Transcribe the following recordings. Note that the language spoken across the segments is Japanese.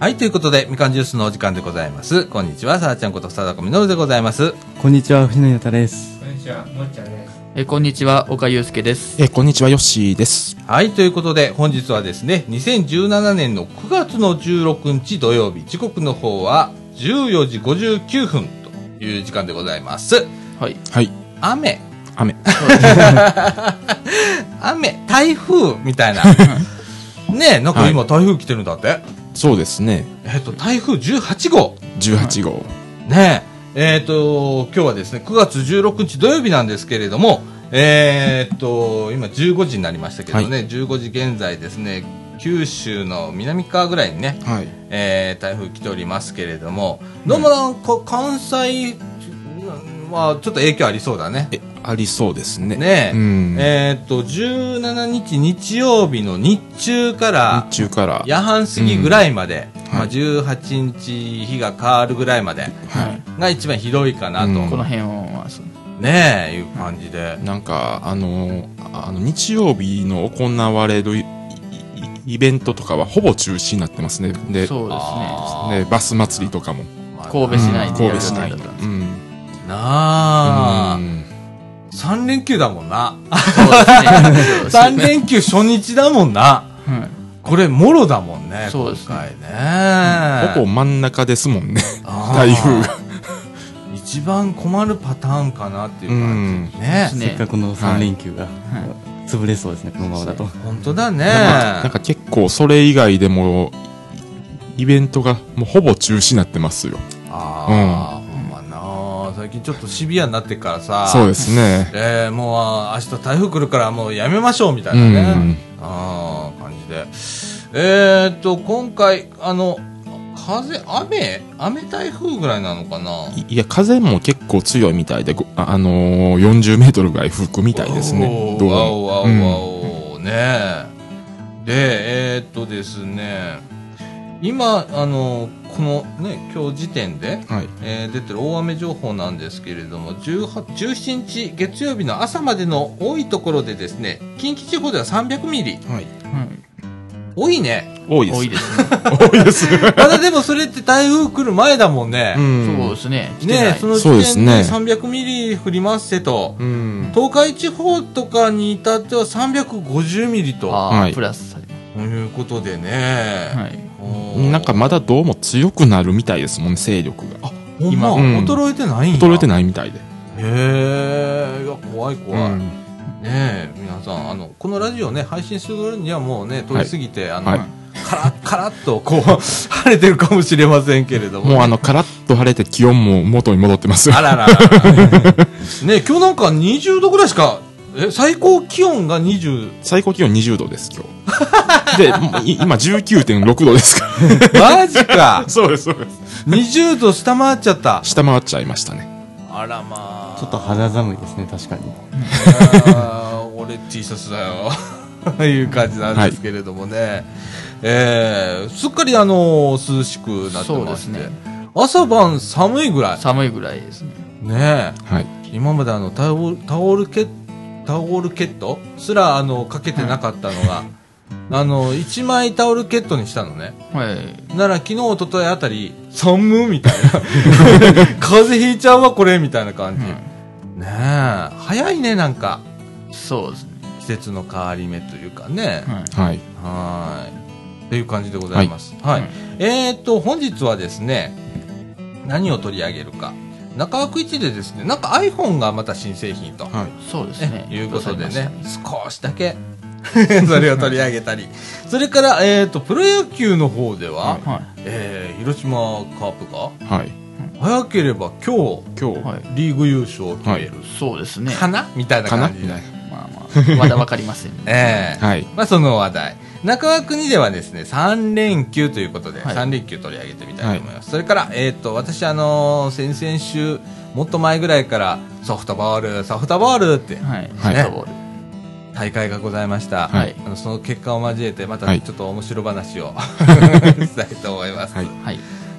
はい、ということで、みかんジュースのお時間でございます。こんにちは、さあちゃんこと、さだこみのるでございます。こんにちは、藤野裕太です。こんにちは、もっちゃんです。えこんにちは岡祐介ですえーこんにちは、ヨッシーです。はい、ということで、本日はですね、2017年の9月の16日土曜日、時刻の方は14時59分という時間でございます。はいはい。雨、雨。雨、台風みたいな。 ねえ、なんか今台風来てるんだって。そうですね。えっと、台風18号。 18号。ねえ、えっと、今日はですね、9月16日土曜日なんですけれども、えっと、今15時になりましたけどね、15時現在ですね、九州の南側ぐらいにね、はい。えー台風来ておりますけれども、どうもなんか関西はちょっと影響ありそうだね。え、ありそうですね。ねえ、うん。えーっと、17日日曜日の日中から日中から。夜半過ぎぐらいまで、うんまはあ、い18日日が変わるぐらいまでが一番ひどいかなと、うんこの辺はそうねえ、いう感じで。なんか、あのーああの、日曜日の行われるいいイベントとかはほぼ中止になってますね。で、そうですねあーでバス祭りとかも。まあ神戸市内うんで神やる戸ん市内だのったんで うすん。なあ、うん3連休だもん な。そうですね3連休初日だもんな。はいこれ、もろだもんね。そうですね今回ね。ほぼ真ん中ですもんね。あー台風が。一番困るパターンかなっていう感じ、ねうんせっかくのは3い連休が、潰れそうですね、このままだと。本当だね なんかなんか結構それ以外でも、イベントがもうほぼ中止になってますよ。ああ、ほんまな最近ちょっとシビアになってっからさそうですね。えーもうあー明日台風来るからもうやめましょうみたいうなね、ん。ああ感じでえー、っと今回あの風雨雨台風ぐらいなのかないいや、風も結構強いみたいで、ごああのー、40メートルぐらい吹くみたいですね。おーうわもおわおうんわお、ねえで、えーっとですね、今、あの、このね、今日時点で、はい。えー出てる大雨情報なんですけれども、18 17日月曜日の朝までの多いところでですね、近畿地方では300ミリ。はい。多いね。多いです。多いですね 多い です。まだでもそれって台風来る前だもんねう。。そうんですね来てねないその時そうです点でね300ミリ降りますせと。うん。東海地方とかに至っては350ミリと。あはーいプラスされまということでね、すはいおーなんかまだどうも強くなるみたいですもんね、勢力が。ほんま、今うん衰えてないんや衰えてないみたいで。へえいや怖い怖い、うんねえ皆さんあのこのラジオね配信するにはもうね通り過ぎて、あの、はいカラッ カラッとこう晴れてるかもしれませんけれどももうあの、カラッと晴れて気温も元に戻ってますよあ。ららららねえ今日なんか20度ぐらいしかえ最高気温が20最高気温20度です、今日。 で、もうい今19.6度ですから。マジか そうです、そうです。 20度下回っちゃった下回っちゃいましたね。あらまあちょっと肌寒いですね、確かに。あー 俺 T シャツだよ いう感じなんですけれどもね、えーすっかりあの涼しくなってそうまでしすて、ね朝晩寒いぐらい寒いぐらいですねねはい。え今まであのタオルタオルケタオルケットすらあのかけてなかったのが、あの1枚タオルケットにしたのねはいなら昨日一昨日あたり寒みたい な風邪ひいちゃうわこれみたいな感じ、うんねえ早いねなんかそうですね季節の変わり目というかね。はいはい。はーい。という感じでございます。はい。うんえーっと、本日はですね、何を取り上げるか。中枠1でですね、なんか iPhone がまた新製品と。はい。そうですねね、いうことで出されねまし、少しだけ、 それを取り上げたり。それから、えーっと、プロ野球の方では、たねえー広島カープが、はい。早ければ今今日、はいは日、リーグ優勝を決める。いそうですねかなみたいなかな感じみでたい。な。まあまあまだわかりません ねええはい。まあ、その話題。中川国ではですね、3連休ということで、はい3連休取り上げてみたいと思います。それから、えっ、と、私、あのー先々週、もっと前ぐらいから、ソフトボール、ソフトボールってはいはいソフトボール大会がございました。はいあのその結果を交えて、またはいちょっと面白話 を、したいと思います。ははいい。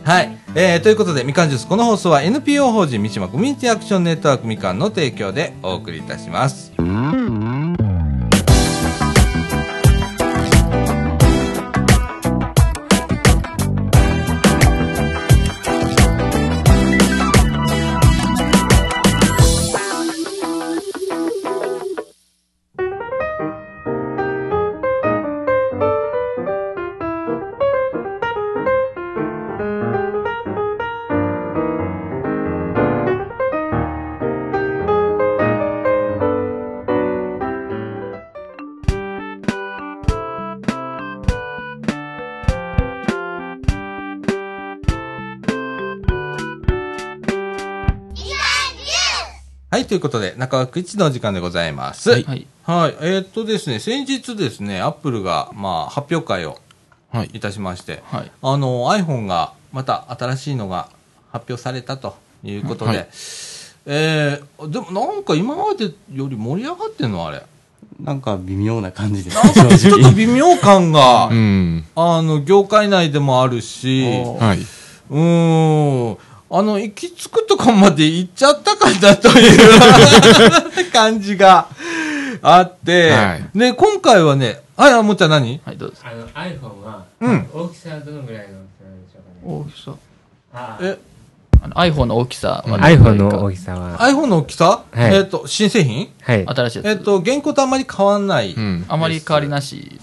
はいえーということで、みかんジュース、この放送は NPO 法人三島コミュニティアクションネットワークみかんの提供でお送りいたします。はい、ということで、中枠一のお時間でございます。はい。はい。えーっとですね、先日ですね、アップルが、まあ、発表会をはいい。たしまして、はい。あの、iPhone が、また新しいのが発表されたということで、はいえーでもなんか今までより盛り上がってんのあれ。なんか微妙な感じですなんかち正ょっと直。微妙感が、うん。あの、業界内でもあるし、おはい。うーん。あの、行き着くとかまで行っちゃったかなという 感じがあって、はいで、今回はね、あやもっちゃん何はい、どうぞ。あの iPhone はうん大きさはどのぐらいの大きさなんでしょ大きさ。うかね。あえ、あの iPhone の大きさは。 iPhone の大きさは、 iPhone の大きさ、はいえっ、と、新製品はい。新しいえやっ、つ。と、現行とあんまり変わんない。うん。あまり変わりなし。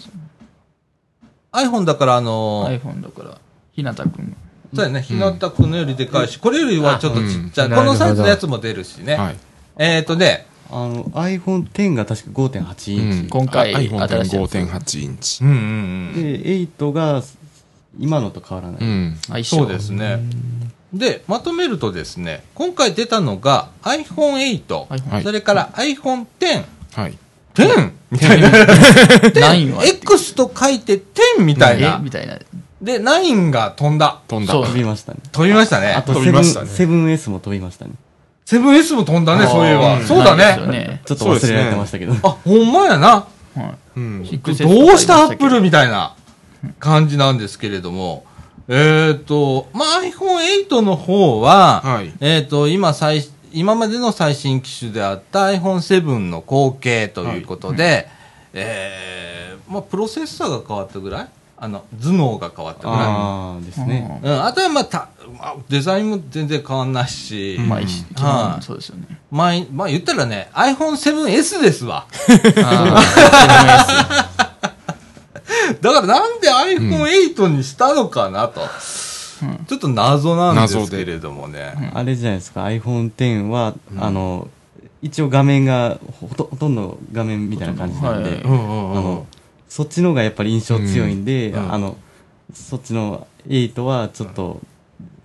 iPhone だから、あのー iPhone だから、ひなたくん。そうだよね、ひなたくんのよりでかいし、これよりはちょっとちっちゃい。うんこのサイズのやつも出るしね。はい。えっ、とね、あの、iPhone X が確か5.8インチ。今回 iPhone 新しいやつ5.8インチ。うんうんうん。で、8が今のと変わらなうい。ん。相性。そうですね。で、まとめるとですね、今回出たのが iPhone8、 iPhone それから iPhone10、はい。 10 9は。 X と書いて10みたいえな。みたいな。で、9が飛んだ。飛んだ。そう飛びましたね。飛びましたねあ。と飛びましたねセブン 7S も飛びましたね。 7S も飛んだね、そういえあば。ーそうだないですよね。ね。ちょっと忘れられてましたけど。あ、ほんまやな。はうんい。どうしたアップルみたいな感じなんですけれども。えっ、と、まあ、iPhone8 の方は、はいえっ、と、今最、今までの最新機種であった iPhone7 の後継ということで、えーまあ、プロセッサーが変わったぐらいあの、頭脳が変わったぐらい。ああ、ですね。うん、あとは、まあたまあ、デザインも全然変わんないし、うんまあ、うん一は番いそうですよね。まあ、まあ言ったらね、iPhone7S ですわ。だからなんで iPhone8 にしたのかなと、うんちょっと謎なんですけれどもね。あれじゃないですか、iPhone X は、あの、一応画面がほとほとんど画面みたいな感じなんで、ほとんどうんうんあうんの、そっちの方がやっぱり印象強いんで、うんうんあの、そっちの8はちょっと、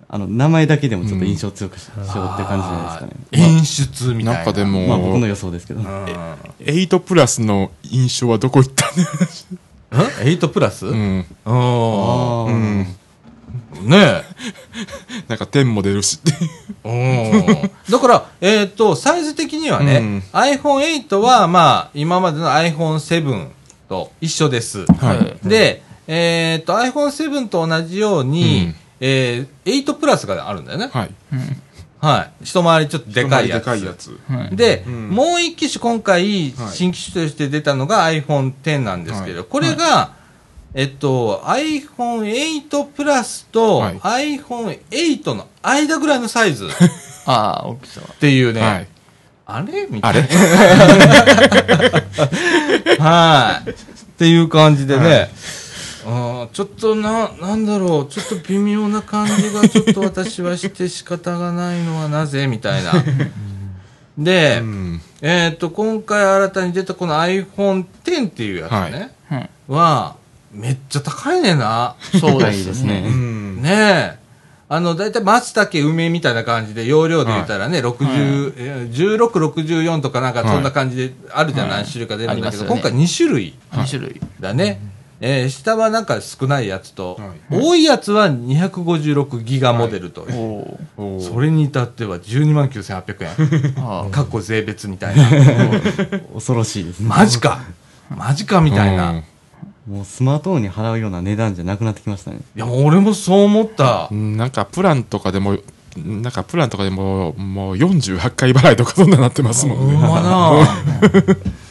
あの、名前だけでもちょっと印象強くし,、しようって感じじゃないですかね。演出みたいな。なんかでまあ僕のも、予想ですけど。うん。 8プラスの印象はどこ行ったんだえ ?8 プラスう。うんん。ああーうん。ーねなんか10も出るしって。え。うん。だから、えっと、サイズ的にはね、うん iPhone8 は、まあ、今までの iPhone7 と一緒です。はい。で、えっと、iPhone7 と同じよううにん、えー8プラスがあるんだよね。はい。はい。一回りちょっとでかいやつ。でかいやつ。で、うんもう一機種今回、はい新機種として出たのが iPhone10 なんですけど、これが、えっと、iPhone8 プラスと、はい iPhone8 の間ぐらいのサイズ っああ、大きさは。ていうね、はい。あれみたあいな。れ はい。っていう感じでね、はいうんちょっとな、なんだろう、ちょっと微妙な感じがちょっと私はして仕方がないのはなぜみ たいな。で、うん。えっ、と、今回新たに出たこの iPhone10 っていうやつね、はいはめっちゃ高いねんな。そう高でいですすね。うね。ん。ねえ。あの、だいたい松茸梅みたいな感じで、容量で言ったらね、60、えー16、64とかなんかそんな感じであるじゃない、はい何種類か出るんだけど、ありますよね今回2種類2種類。だね。えー下はなんか少ないやつと、はい多いやつは256ギガモデルと、おおー。おーそれに至っては12万9800 あ円。かっこ税別みたいな。恐ろしいですね。マジかマジかみたいな。うんいもうスマートフォンに払うような値段じゃなくなってきましたね。や、俺もそう思ったう。んなんかプランとかでも、なんかプランとかでも、もう48回払いとかそんななってますもほんんね。ま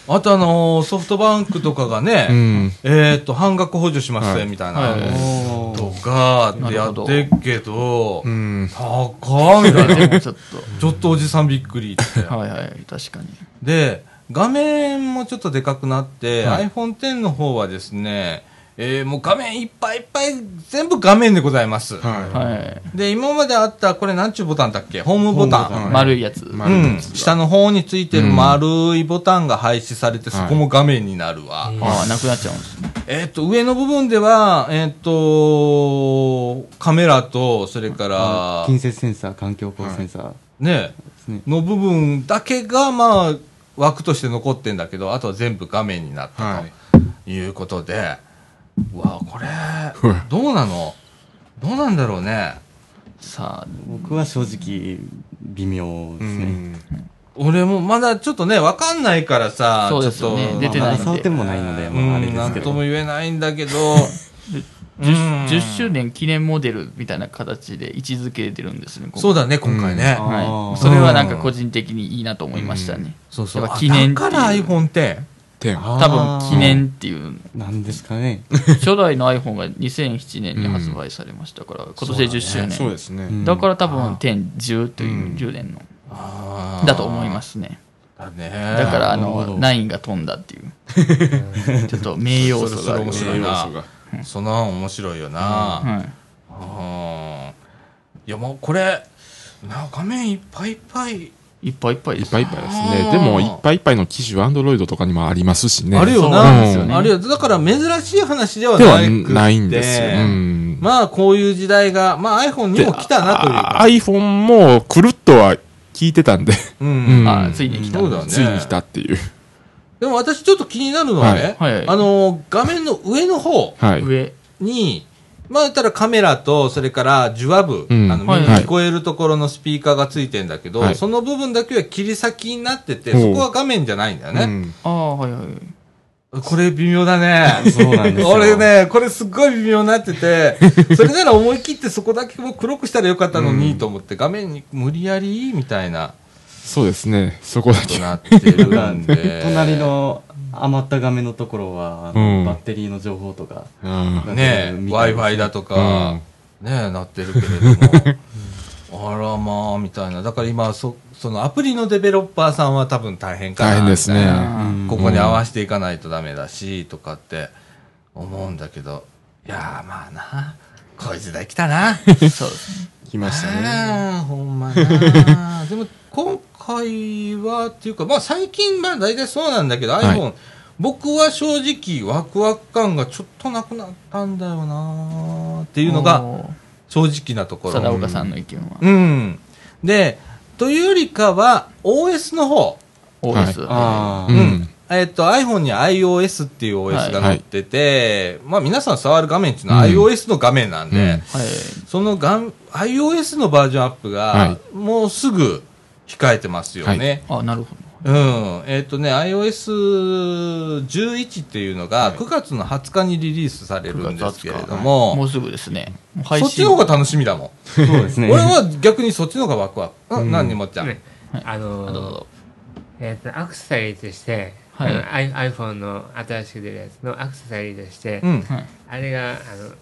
なあとあのーソフトバンクとかがね、うん。えーっと、半額補助しますよ、はいみたいはいな。おとか、なるやほどってっけどう、ん。高っみたあ。いな。でもちょっちょっとおじさんびっくりって。と。はいはい、確かに。で、画面もちょっとでかくなって、はい iPhone X の方はですね、えーもう画面いっぱいいっぱい、全部画面でございます。ははい。で、今まであった、これなんちゅうボタンだっけホームボタン。ホームボタン丸いやつ。丸いうん、下の方についてる丸いボタンが廃止されて、はいそこも画面になるわ。ああ、なくなっちゃうんですね。えっと、上の部分では、えっ、と、カメラと、それから、近接センサー、環境光センサー、ね、ですね。の部分だけが、まあ、枠として残ってんだけど、あとは全部画面になったはいということで、うわこれ、どうなのどうなんだろうね。さあ、僕は正直、微妙うですね。ん俺もまだちょっとね、わかんないからさ、そうですよちねょっと出てないまんであまだ触ってもないので、うんまああれでなすんけとども。言えないんだけ ど、うん 10, 10周年記念モデルみたいな形で位置づけてるんですね、ここそうだね、今回ね。うんあはーい、それはなんか個人的にいいなと思いましたね。そうそう。やっぱ記念っていうあだから iPhone X。。点あー多分記念っていう、なんですかね。初代の iPhone が2007年に発売されましたから、今年で10周そう年。ですね、うんだから多分10、10という10年の、だと思いますすね。だね。だから、あなるほどの、ナインが飛んだっていう。ちょっと名要素がある。面そ白のいな要素がその案面白いよな。はい。うんいやもうこれな画面いっぱいいっぱいいっぱいいっぱいいでっすぱいいっぱいですねでもいっぱいいっぱいの機種アンドロイドとかにもありますしねあるよそうなな、んですよねあるよだから珍しい話ではでなはくてないんですよ、うんまあこういう時代が、まあ、iPhone にも来たなというあか、 iPhone もくるっとは聞いてたんで、うんうんあーついに来たそうだねついに来たっていう。でも私ちょっと気になるのはね、はいはいあの画面の上の方はい。上。にまあ言ったらカメラとそれから受話部、うんあのはい耳に聞こえるところのスピーカーがついてんだけど、はいその部分だけは切り裂きになってて、ほうそこは画面じゃないんだよね、うんああ、はいはい。これ微妙だね。そうなんですよ俺ね、これすっごい微妙になって て、それなら思い切ってそこだけも黒くしたらよかったのにと思って、画面に無理やりみたいなそうですね。そこだことけ。なってるなんんかで。 隣の余った画面のところは、あのうんバッテリーの情報とか、うんねえ、みたいですね Wi-Fi だとか、ねえ、なってるけれども。あらまあ、みたいな。だから今、そ、そのアプリのデベロッパーさんは多分大変かな。大変ですみたいなね。あここに合わせていかないとダメだし、とかって思うんだけど、いやーまあな、こういう時代来たな。ーそうですね来ましたね。ああ、ほんまな。 でも今回はっていうか、まあ最近、まあ大体そうなんだけど、はい iPhone、僕は正直ワクワク感がちょっとなくなったんだよなっていうのがおー正直なとこ貞ろ。岡さんの意見は。うん。で、というよりかは OS の方、多いです。あうあ、ん。えっと iPhone に iOS っていう OS が載ってて、まあ皆さん触る画面っていうのはうん iOS の画面なんで、うんはい。そのがん iOS のバージョンアップがは、もうすぐ控えてますよね。あ、なるほど。うん。えっ、とね、iOS11 っていうのが、9月の20日にリリースされるんですけれども、もうすぐですね。もう配そっちの方が楽しみだもん。そうですね。俺は逆にそっちの方がワクワク。うん、何にもっちゃん。ねああどうぞのー、えっと、アクセサリーとして、はいうんアイ iPhone の新しく出るやつのアクセサリーとしてう、ん。はい。あれが、あの、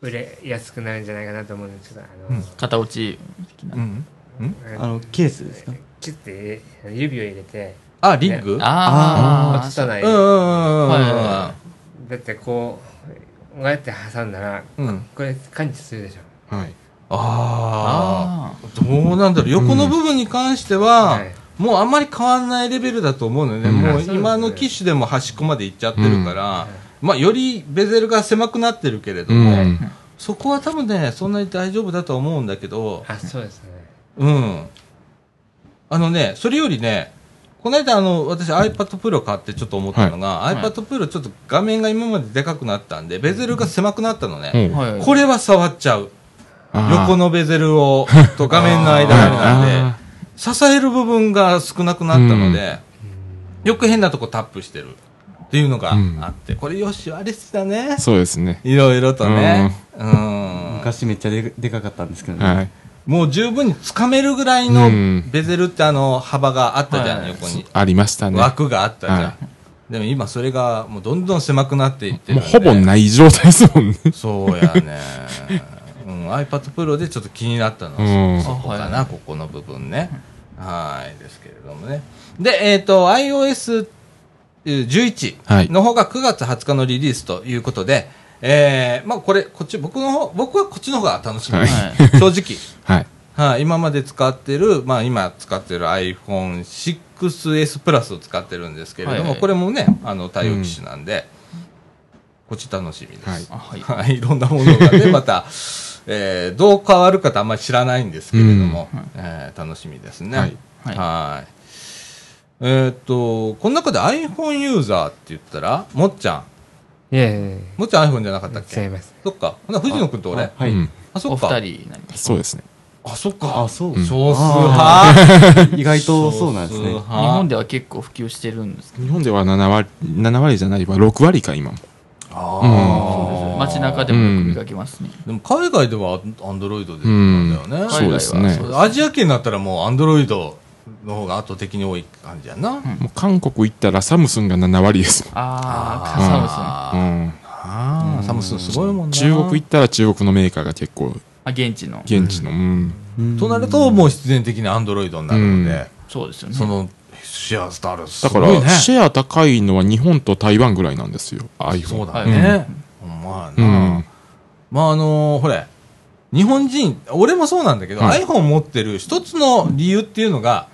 売れやすくなるんじゃないかなと思うんですけど、あのうんー、片落ち的な。うん。 あの、ケースですかキュッて指を入れて、あ、リングああ落ちあ、さない。うんうんうんうんはいはいはだってこう、こうやって挟んだら、うん。うん。これ感知するでしょ。はい。あああ。どうなんだろう。横の部分に関しては、はいもうあんまり変わんないレベルだと思うのよね、うんもあそううですね今の機種でも端っこまで行っちゃってるから、まあ、よりベゼルが狭くなってるけれどうも、ん。そこは多分ね、そんなに大丈夫だとは思うんだけど、あ、そうですね。うん、あのね、それよりね、この間あの、私、iPad Pro 買ってちょっと思ったのが、い iPad Pro、ちょっと画面が今まででかくなったんで、ベゼルが狭くなったのうね、んあ。はい。これは触っちゃう、横ののベゼルをと画面の間があれなんで。支える部分が少なくなったので、よく変なとこタップしてるっていうのがあって、これよしあれしだね。そうですね。いろいろとね。うん。昔めっちゃででかかったんですけどね。はい。もう十分につかめるぐらいうのんベゼルってあの幅があったじゃん、はい横に。ありましたね。枠があったじゃはん。でも今それがもうどんどん狭くなっていってるもうんでほぼない状態ですもんね。そうやね。うん、iPad Pro でちょっと気になったのは、うんそこかあはな、ここの部分ね。はい、ですけれどもね。で、えっ、と、はい iOS11 の方が9月20日のリリースということで、えーまあこれ、こっち、僕の方、僕はこっちの方が楽しみです。正直。はい。はい、今まで使ってる、まあ今使ってる iPhone6S プラスを使ってるんですけれども、はいはいこれもね、あの、対応機種なんで、こっち楽しみです。はいあはい。 はい、いろんなものがね、また、えーどう変わるかとあんまり知らないんですけれども、えー楽しみですね。はいはいはいえーっと、この中で iPhone ユーザーって言ったら、もっちゃん。いやいやいもっちゃん iPhone じゃなかったっや。違いけます。そっか。ほな、藤野くんと俺。あはい。うんそおっ二か。人になります。そうですね。あ、そっあ、か。そう。うん少数あ派。意外とそうなんですね少。数日派本では結構普及してるんですけ日本では7割、7割じゃないわ、6割か、今も。ど、あー街中でもよく見かけますね。でも海外ではアンドロイドでなんだよね。そうですね海外はそう。アジア圏になったらもうアンドロイドの方が圧倒的に多い感じやな。もう韓国行ったらサムスンが7割ですああ、カサムスン。もムん。うんあーサムスンすごいもんな。中国行ったら中国のメーカーが結構、あ、現地の。現地の、うん。うんとなると、もう必然的にアンドロイドになるので、そうですよね。そのシェアスタールすだかごいねら、。シェア高いのは日本と台湾ぐらいなんですよ、iPhone。そうだね。ほんまうやん。な。まあ、あのー、ほれ、日本人、俺もそうなんだけど、はい iPhone 持ってる一つの理由っていうのが、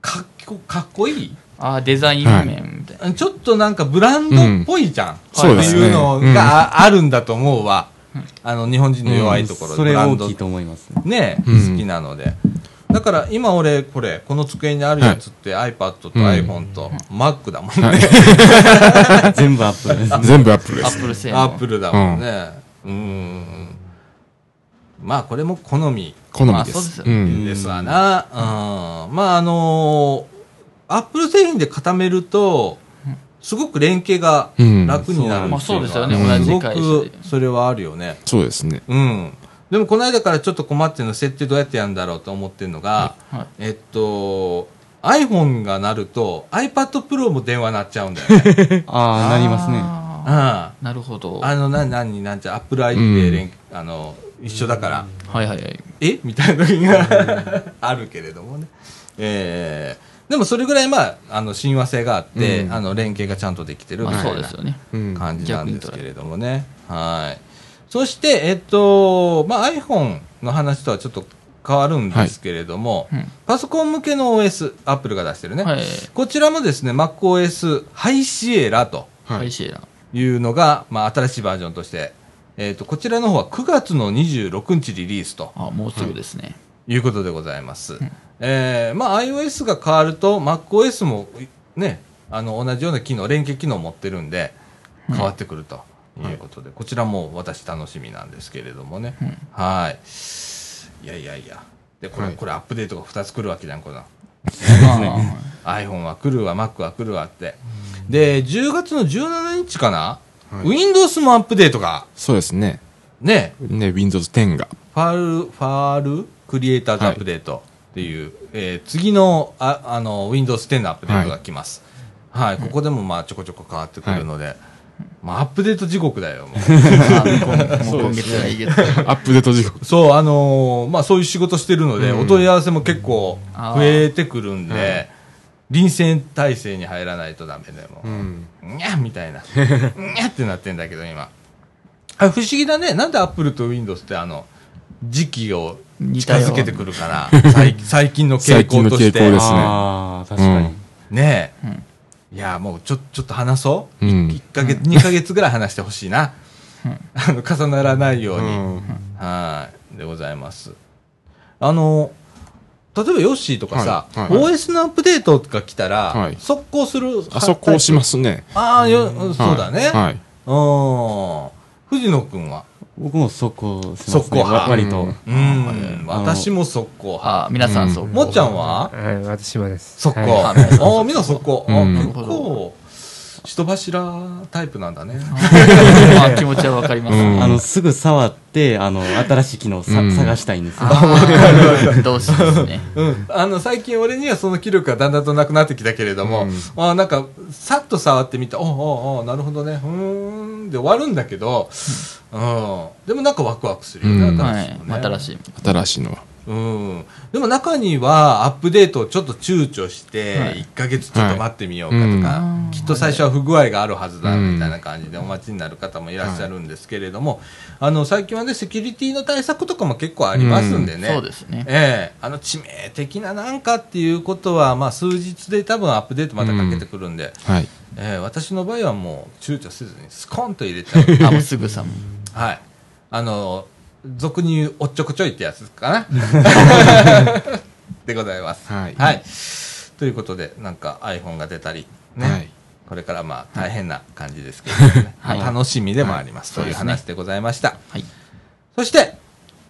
かっこかっこいい。ああ、デザイン面みたいな。ちょっとなんかブランドっぽいじゃん。そうですねっていうのがああるんだと思うわ。あの、日本人の弱いところ、そブれラン大ドきいと思いますね。 ね、うん好きなので。だから今俺、これ、この机にあるやつって iPad と iPhone と Mac だもんね。全部アップ ルです。全部アップルでアすッ。プル製 の。アップルだもんね。うーん。まあ、これも好み好みであそうですす。ようねん。ですわな。うん。まあ、あのーアップル製品で固めると、すごく連携がうん楽になるっていのはまあそうですよねん同じす会社ごでく、それはあるよね。そうですね。うん。でも、この間からちょっと困ってるの、設定どうやってやるんだろうと思ってるのが、はいえっと、iPhone が鳴ると iPad Pro も電話鳴っちゃうんだよ ね。ああ、なりますね。うん。ね。あなるほど。はいの、な、なに、なんちゃ、Apple ID で連、あの、一緒だから、はいはい。えみたいな時があるけれどもね。えーでもそれぐらい、まあ、あの、親和性があって、あの、連携がちゃんとできてるみまあたそういですよね。うんな感じなんですけれどもね。はい。そして、えっと、まあ、iPhone の話とはちょっと変わるんですけれども、はいうんパソコン向けの OS、Apple が出してるね。はい。こちらもですね、MacOS ハイシエラとははいい、。シエラ。いうのが、まあ、新しいバージョンとして、えっと、こちらの方は9月の26日リリースと。あ、もうすぐですね。いうことでございます。えーまあ iOS が変わると MacOS もね、あの同じような機能、連携機能を持ってるんで、変わってくるということで、こちらも私楽しみなんですけれどもね。はい。いやいやいや。で、これ、はいこれアップデートが2つ来るわけじゃん、この。ま iPhone は来るわ、Mac は来るわって。で、10月の17日かな、はい ?Windows もアップデートが、そうですね。ね、ね、Windows 10が。ファール、ファールクリエイターズアップデートっていう、えー次の、あ、あの、Windows 10のアップデートが来ます。はい、ここでもまあちょこちょこ変わってくるので、まあアップデート地獄だよ、もうあ今もう今月来月。アップデート時刻。そう、あのーまあそういう仕事してるので、お問い合わせも結構あ増ーえてくるんで、臨戦態勢に入らないとダメでもう、にゃみたいな、にゃってなってんだけど、今。あ不思議だね。なんで Apple と Windows ってあの、時期を似近たようづなけてくるから、最最近の傾向とし最近の傾向てで。すねああ、確かに。ねえ。うんいや、もうちょ、ちょっと話そう。う一ん1ヶ月、2ヶ月ぐらい話してほしいな。うん あの、重ならないように。うんはい。でございます。あの、例えばヨッシーとかさ、はいはい OS のアップデートが来たら、はい速攻する。あ、そこをしまますね。ああ、よ、うんそうだね。はい。うん。藤野くんは僕も速攻しますね。速攻派わ割と。うん。私も速攻派。あ、皆さんそう。もっちゃんははい、私もです。速攻。はいあいあ、みんな速攻。あうん結構、人柱タイプなんだね。まあ気持ちはわかりますうんね。あの、すぐ触って、あの、新しい機能をさうん探したいんですよ。どうしてですね。うん。あの、最近俺にはその気力がだんだんとなくなってきたけれども、うんまあなんか、さっと触ってみて、おうおうおうなるほどね、うーん、で終わるんだけど、うん。でもなんかワクワクするよね、うんは新しいいの。ね新しい。新しいのは。うん、でも中にはアップデートをちょっと躊躇して、はい1ヶ月ちょっと待ってみようかとか、はいうんきっと最初は不具合があるはずだうんみたいな感じでお待ちになる方もいらっしゃるんですけれども、あの最近はねセキュリティの対策とかも結構ありますんでね。そうですね。ええあの致命的ななんかっていうことは、まあ、数日で多分アップデートまたかけてくるんで、はい。ええ私の場合はもう躊躇せずにスコンと入れちゃうあ、もうすぐさま。はい。あの、俗に言うおっちょこちょいってやつかな。でございます。はいはい。ということで、なんか iPhone が出たり、ね。はいこれからまあ大変な感じですけど、ねはい楽しみでもあります、はといいうそうで話でございました。はい。そして、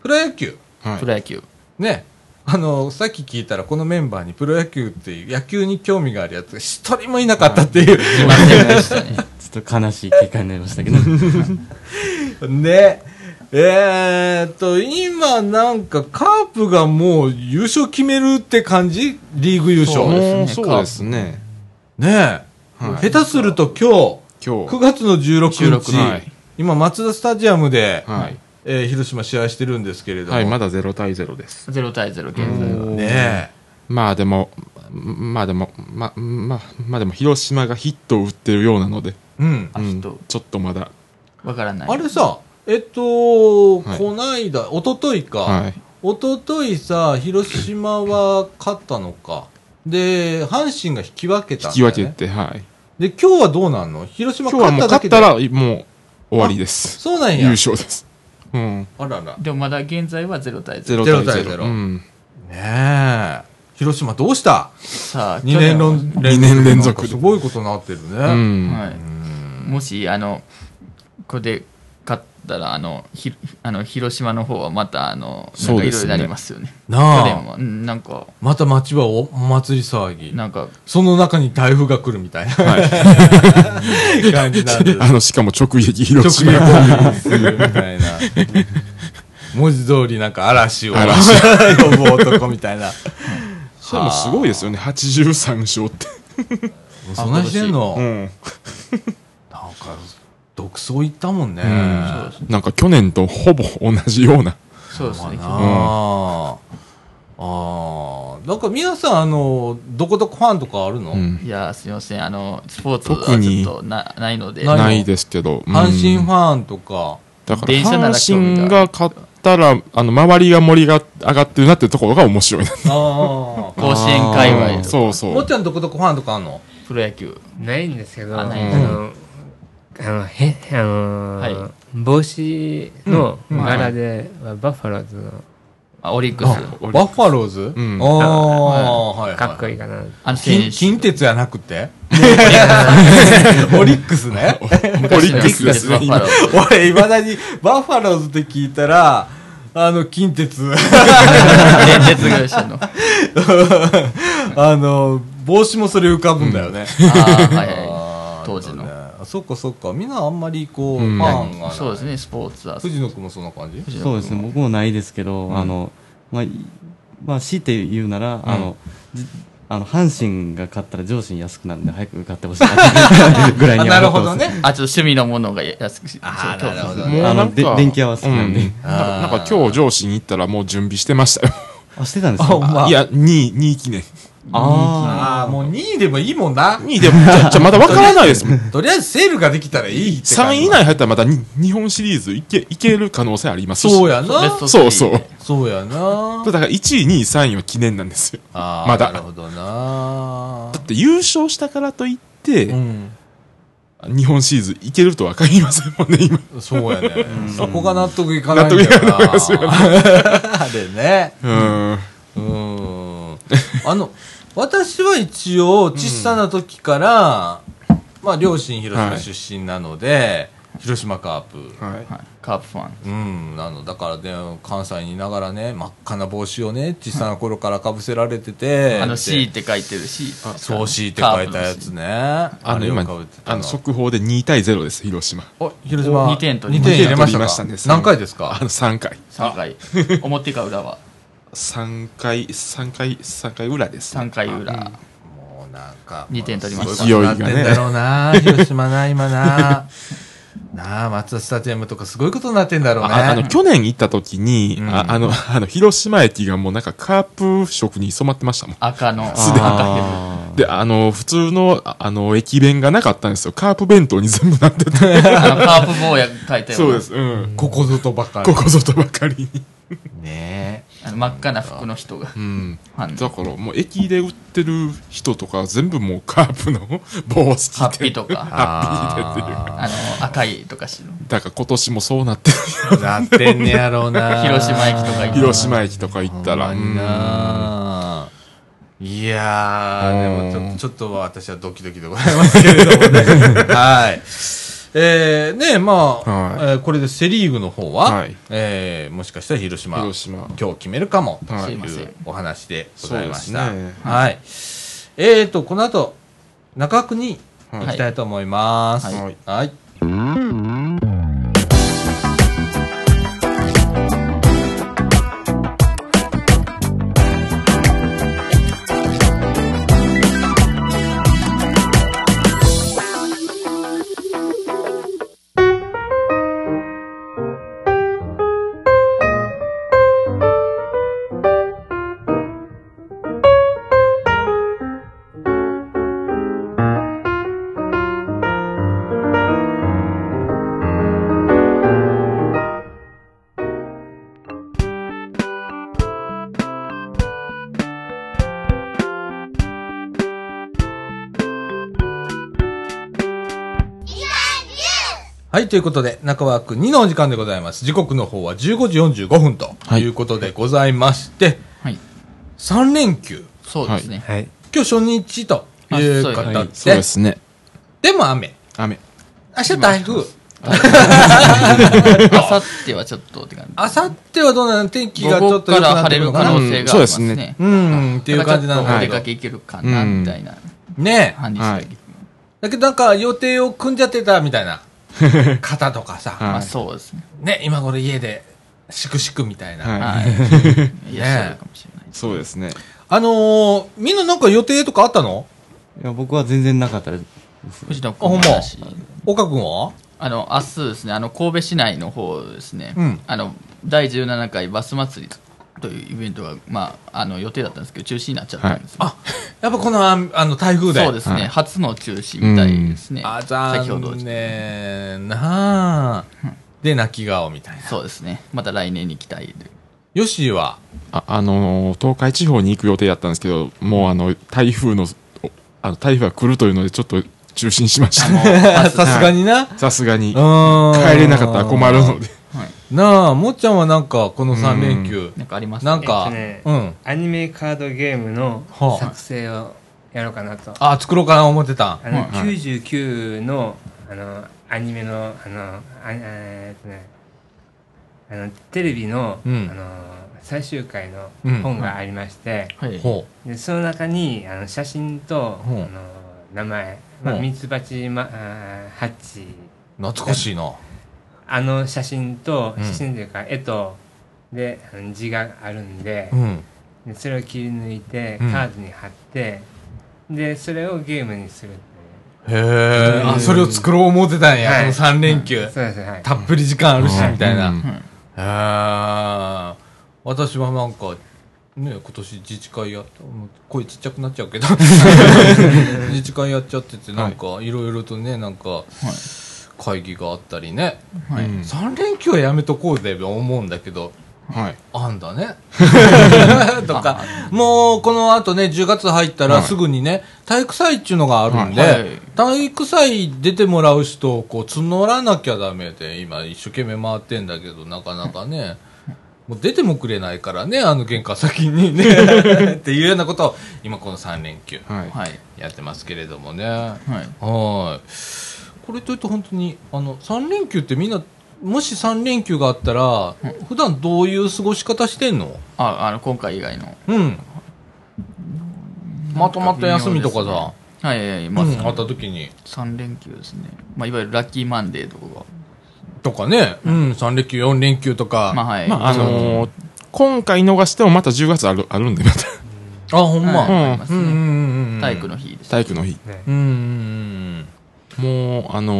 プロ野球。はいプロ野球。ね。あの、さっき聞いたら、このメンバーにプロ野球っていう、野球に興味があるやつが一人もいなかったっていう、いませんでしたね。ちょっと悲しい結果になりましたけど。ね。えー、っと、今なんかカープがもう優勝決めるって感じリーグ優そう勝。ですねそうですね。ねえ、はい下手すると今今日、9日。月の16日、 16はい今マツダスタジアムで、はい。えー広島試合してるんですけれども。はい、まだ0対0です。 0対0、現在は。ねまあでも、まあでも、まあ、まあ、まあでも、広島がヒットを打ってるようなので、え。うん。あうヒんちットょっとまだ、わからない。あれさ、えっと、はいこないだ、おとといか、はい。一昨日さ、広島は勝ったのか。で、阪神が引き分けた引んだきよ、分ね。けて、はい。で、今日はどうなんの広島今日は勝っもたうだ勝けっでたら、もう終わりです。そうなん優や。勝です。うん。あらら。でもまだ現在は0対0。 0対対0 0。うん。ねえ。広島どうしたさあ、 ?2 年去連続。二年連続なんかすごいことになってるね。うん。はうい。んもし、あの、これで勝ったら、あの、ひあの広島の方はまた、あの、なんそうかいでろいすろねなりますよね。去な年あ、は、うんなんか、また街はお祭り騒ぎ。なんか、その中に台風が来るみたいな、 感じなんです。あの、しかも直撃広島。直撃するみた いな。文字通りなんか嵐を嵐 呼ぶ男みたいな。それもすごい ですよね。83勝って。そんなしてんの、うなんん。か、独走行ったもんね。そうですなんか去年とほぼ同じような。そうですね。ああ、ああ。なんか皆さん、あの、どこどこファンとかあるの、うんいやー、すみません。あの、スポーツは特にちょっとなないので、ないないですけど。うん阪神ファンとか、だから電車なら興味阪が神が勝ったら、あの、周りが盛りが上がってるなってところが面白いな。ああ。甲子園界隈とそうそもっう。ちゃんどこどこファンとかあんのプロ野球。ないんですけど、ああないの、あの、へ、あのーはい帽子のうんうん柄で、バッファローズのあオリックス。バッファローズ、うんああ、はい、はい。かっこいいかな。あの金選手。近鉄じゃなくてオリックスね。オリックスですね昔のバッファローズ 俺、いまだにバッファローズって聞いたら、あの、近鉄。 電鉄会社の。ああの、帽子もそれ浮かぶんだよね。あ、はいあはー当時のなるほどねそっかそっか。みんなあんまりこう、うんファンが。い。そうです。ね、スポーツは。藤野くんもそんな感じ藤野そうですね、僕もないですけど、んあの、まあ、いまあ、強いて言うなら、あの、じあの、阪神が勝ったら上司に安くなるんで、早く買ってほしいなぐらいあになはる思ほってまどす。ね。あ、ちょっと趣味のものが安くし、あーそうなるほどそうねあので電気合わせなんでうんなんかなんか今日上司に行ったらもう準備してましたよ。あ、してたんですあほんかまあいや、2位、2位記念。あああ、もう2位でもいいもんな。 2位でも、じゃじゃまだわからないですもん。とりあえずセールができたらいいって3感じ。位以内入ったらまだに日本シリーズいけいける可能性ありますしそうやそうベなス。トそうスリーそうで。そうやなだ。から1位、2位、3位は記念なんですよ。あーまだなるほどなだ。って優勝したからといって、うん。日本シリーズいけるとは限りませんもんね、今。そうやね。そこが納得いかないんだよな。納得いかないですよね あれね。うん。うーん。あの、私は一応、小さな時から、まあ、両親広島出身なので、広島カープ。はい。はいカープファン。うん、なのだからね、関西にいながらね、真っ赤な帽子をね、小さな頃からかぶせられてて、あので C って書いてる C。そう、C って書いたやつね。ああの、れを今かぶって、たあの、速報で2対0です、広島。お広島、お二点取り二ました入れまし取りたましたかね三何回ですあかの、3回。 3回。表か裏は3回、3回、3回裏です、 3回裏。もうなんか、二点取りましたすごいことになってんだろうな、広島な、今な。 なあ、松田スタジアムとかすごいことになってんだろうね。ああの、去年行った時に、うんああの、あの、広島駅がもうなんかカープ色に染まってましたもん。赤の。ー、赤あで、あの、普通の、ああの、駅弁がなかったんですよ。カープ弁当に全部なってて。ヘル。あの、カープ坊や書いたよ。そうで。す。うん。ここぞとばかり。ここぞとばかりに。ねえ。あの真っ赤な服の人がうん。ファンだのから、もう駅で売ってる人とか、全部もうカープの 帽子着てハッピーとかハッピーでっていう。あの赤いとかしのだから今年もそうなってる。なってんねやろうな 広島駅とか行った広島駅とか行ったら。ほんまにな、いやうんー、でもちょちょっとは私はドキドキでございますけれども ね。はい。えー、ねえ、まあ、はえーこれでセ・リーグの方は、はいえーもしかしたら広島、広島今日決めるかも、とはいいすいうまお話でございましそた。うですねはい。えーと、この後、中区に行きたいと思います。はいはいはいはい、ということで、中枠2のお時間でございます。時刻の方は15時45分とはいいうことでございまして、はい3連休、そうですね、はい今日初日という方で、あそうですね。でも雨、雨。明日台風、あさってはちょっとって感明後日はどうなの天気じがち午ょ後っとか良くらなっ晴てれくるのか可な能性がありまうんすそうですねねうん、っていう感じなだからちんょっとお出でかすけけ行けるかなみたいなど。ねえ。感じでしたけど、だけどなんか予定を組んじゃってたみたいな方とかさ、はいまあそうですねね、今頃家で、しくしくみたいな。ははいいらっしゃるかもしれないい。 そうですね。あのー、みんななんか予定とかあったのいや僕は全然なかったです藤野君の話岡君はあの明日ですねあの神戸市内の方ですね、うんあの第17回バス祭りというイベントが、まあ、あの予定だったんですけど中止になっちゃったんですよ、あ、やっぱこの、ああの、台風で。そうですね、はい初の中止みたいですね、あ、先残ほど念なあで、泣き顔みたいな。そうですねまた来年に期待でヨッシーは、ああのー東海地方に行く予定だったんですけど、もうあの、台風の、おあの台風が来るというので、ちょっと中止にしましあのた。 さバスすがにな。 さすがに。帰帰れなかったら困るので。なあ、もっちゃんはなんか、この3連休、なんかありますなんか、えっうとん。アニメカードゲームのはあ作成をやろうかなと。あ、作ろうかな思ってた。あの、はいはい99の、あの、アニメの、あの、あえーっとね、あの、テレビの、うんあの、最終回のうん本がありまして、はいほでその中に、あの、写真と、うんあの、名前、まうあ、んミツバチ、ま、あーハッチ、う。懐かしいな。あの写真と、うん写真というか、絵と、で、あの字があるんで、うん。でそれを切り抜いて、カうんードに貼って、で、それをゲームにするっていへえ。あ、それを作ろう思ってたんはや、いこの3連休う。。そうですね、はい。たっぷり時間あるし、うんみたいな。うんへえ。私はなんか、ね、今年自治会やった、もう声ちっちゃくなっちゃうけ ど、自治会やっちゃってて、なんか、いろいろとね、なんか、会議があったりね。はいうん3連休はやめとこうぜ、思うんだけど、はい。あんだね。とか、もうこの後ね、10月入ったらはいすぐにね、体育祭っていうのがあるんで、はい体育祭出てもらう人をこう募らなきゃダメで、今一生懸命回ってんだけど、なかなかね、もう出てもくれないからね、あの玄関先にね、っていうようなことを、今この3連休はい。はいやってますけれどもね。ははいい。これというと本当に、あの、3連休ってみんな、もし3連休があったら、普段どういう過ごし方してんのああの今回以外のうん。まとまった休みとかさ、はいはいはいままあ、あ、三あった時に、三連休ですね、まあ、いわゆるラッキーマンデーとかとかね、うん、3連休、4連休とかが、、まあはい、まあ、あのー今回逃してもまた10月あるあるんで、また。あ、ほんま。はいうんありますうんねうんうん。体育の日で す体育の日。うんうんうん。もう、あの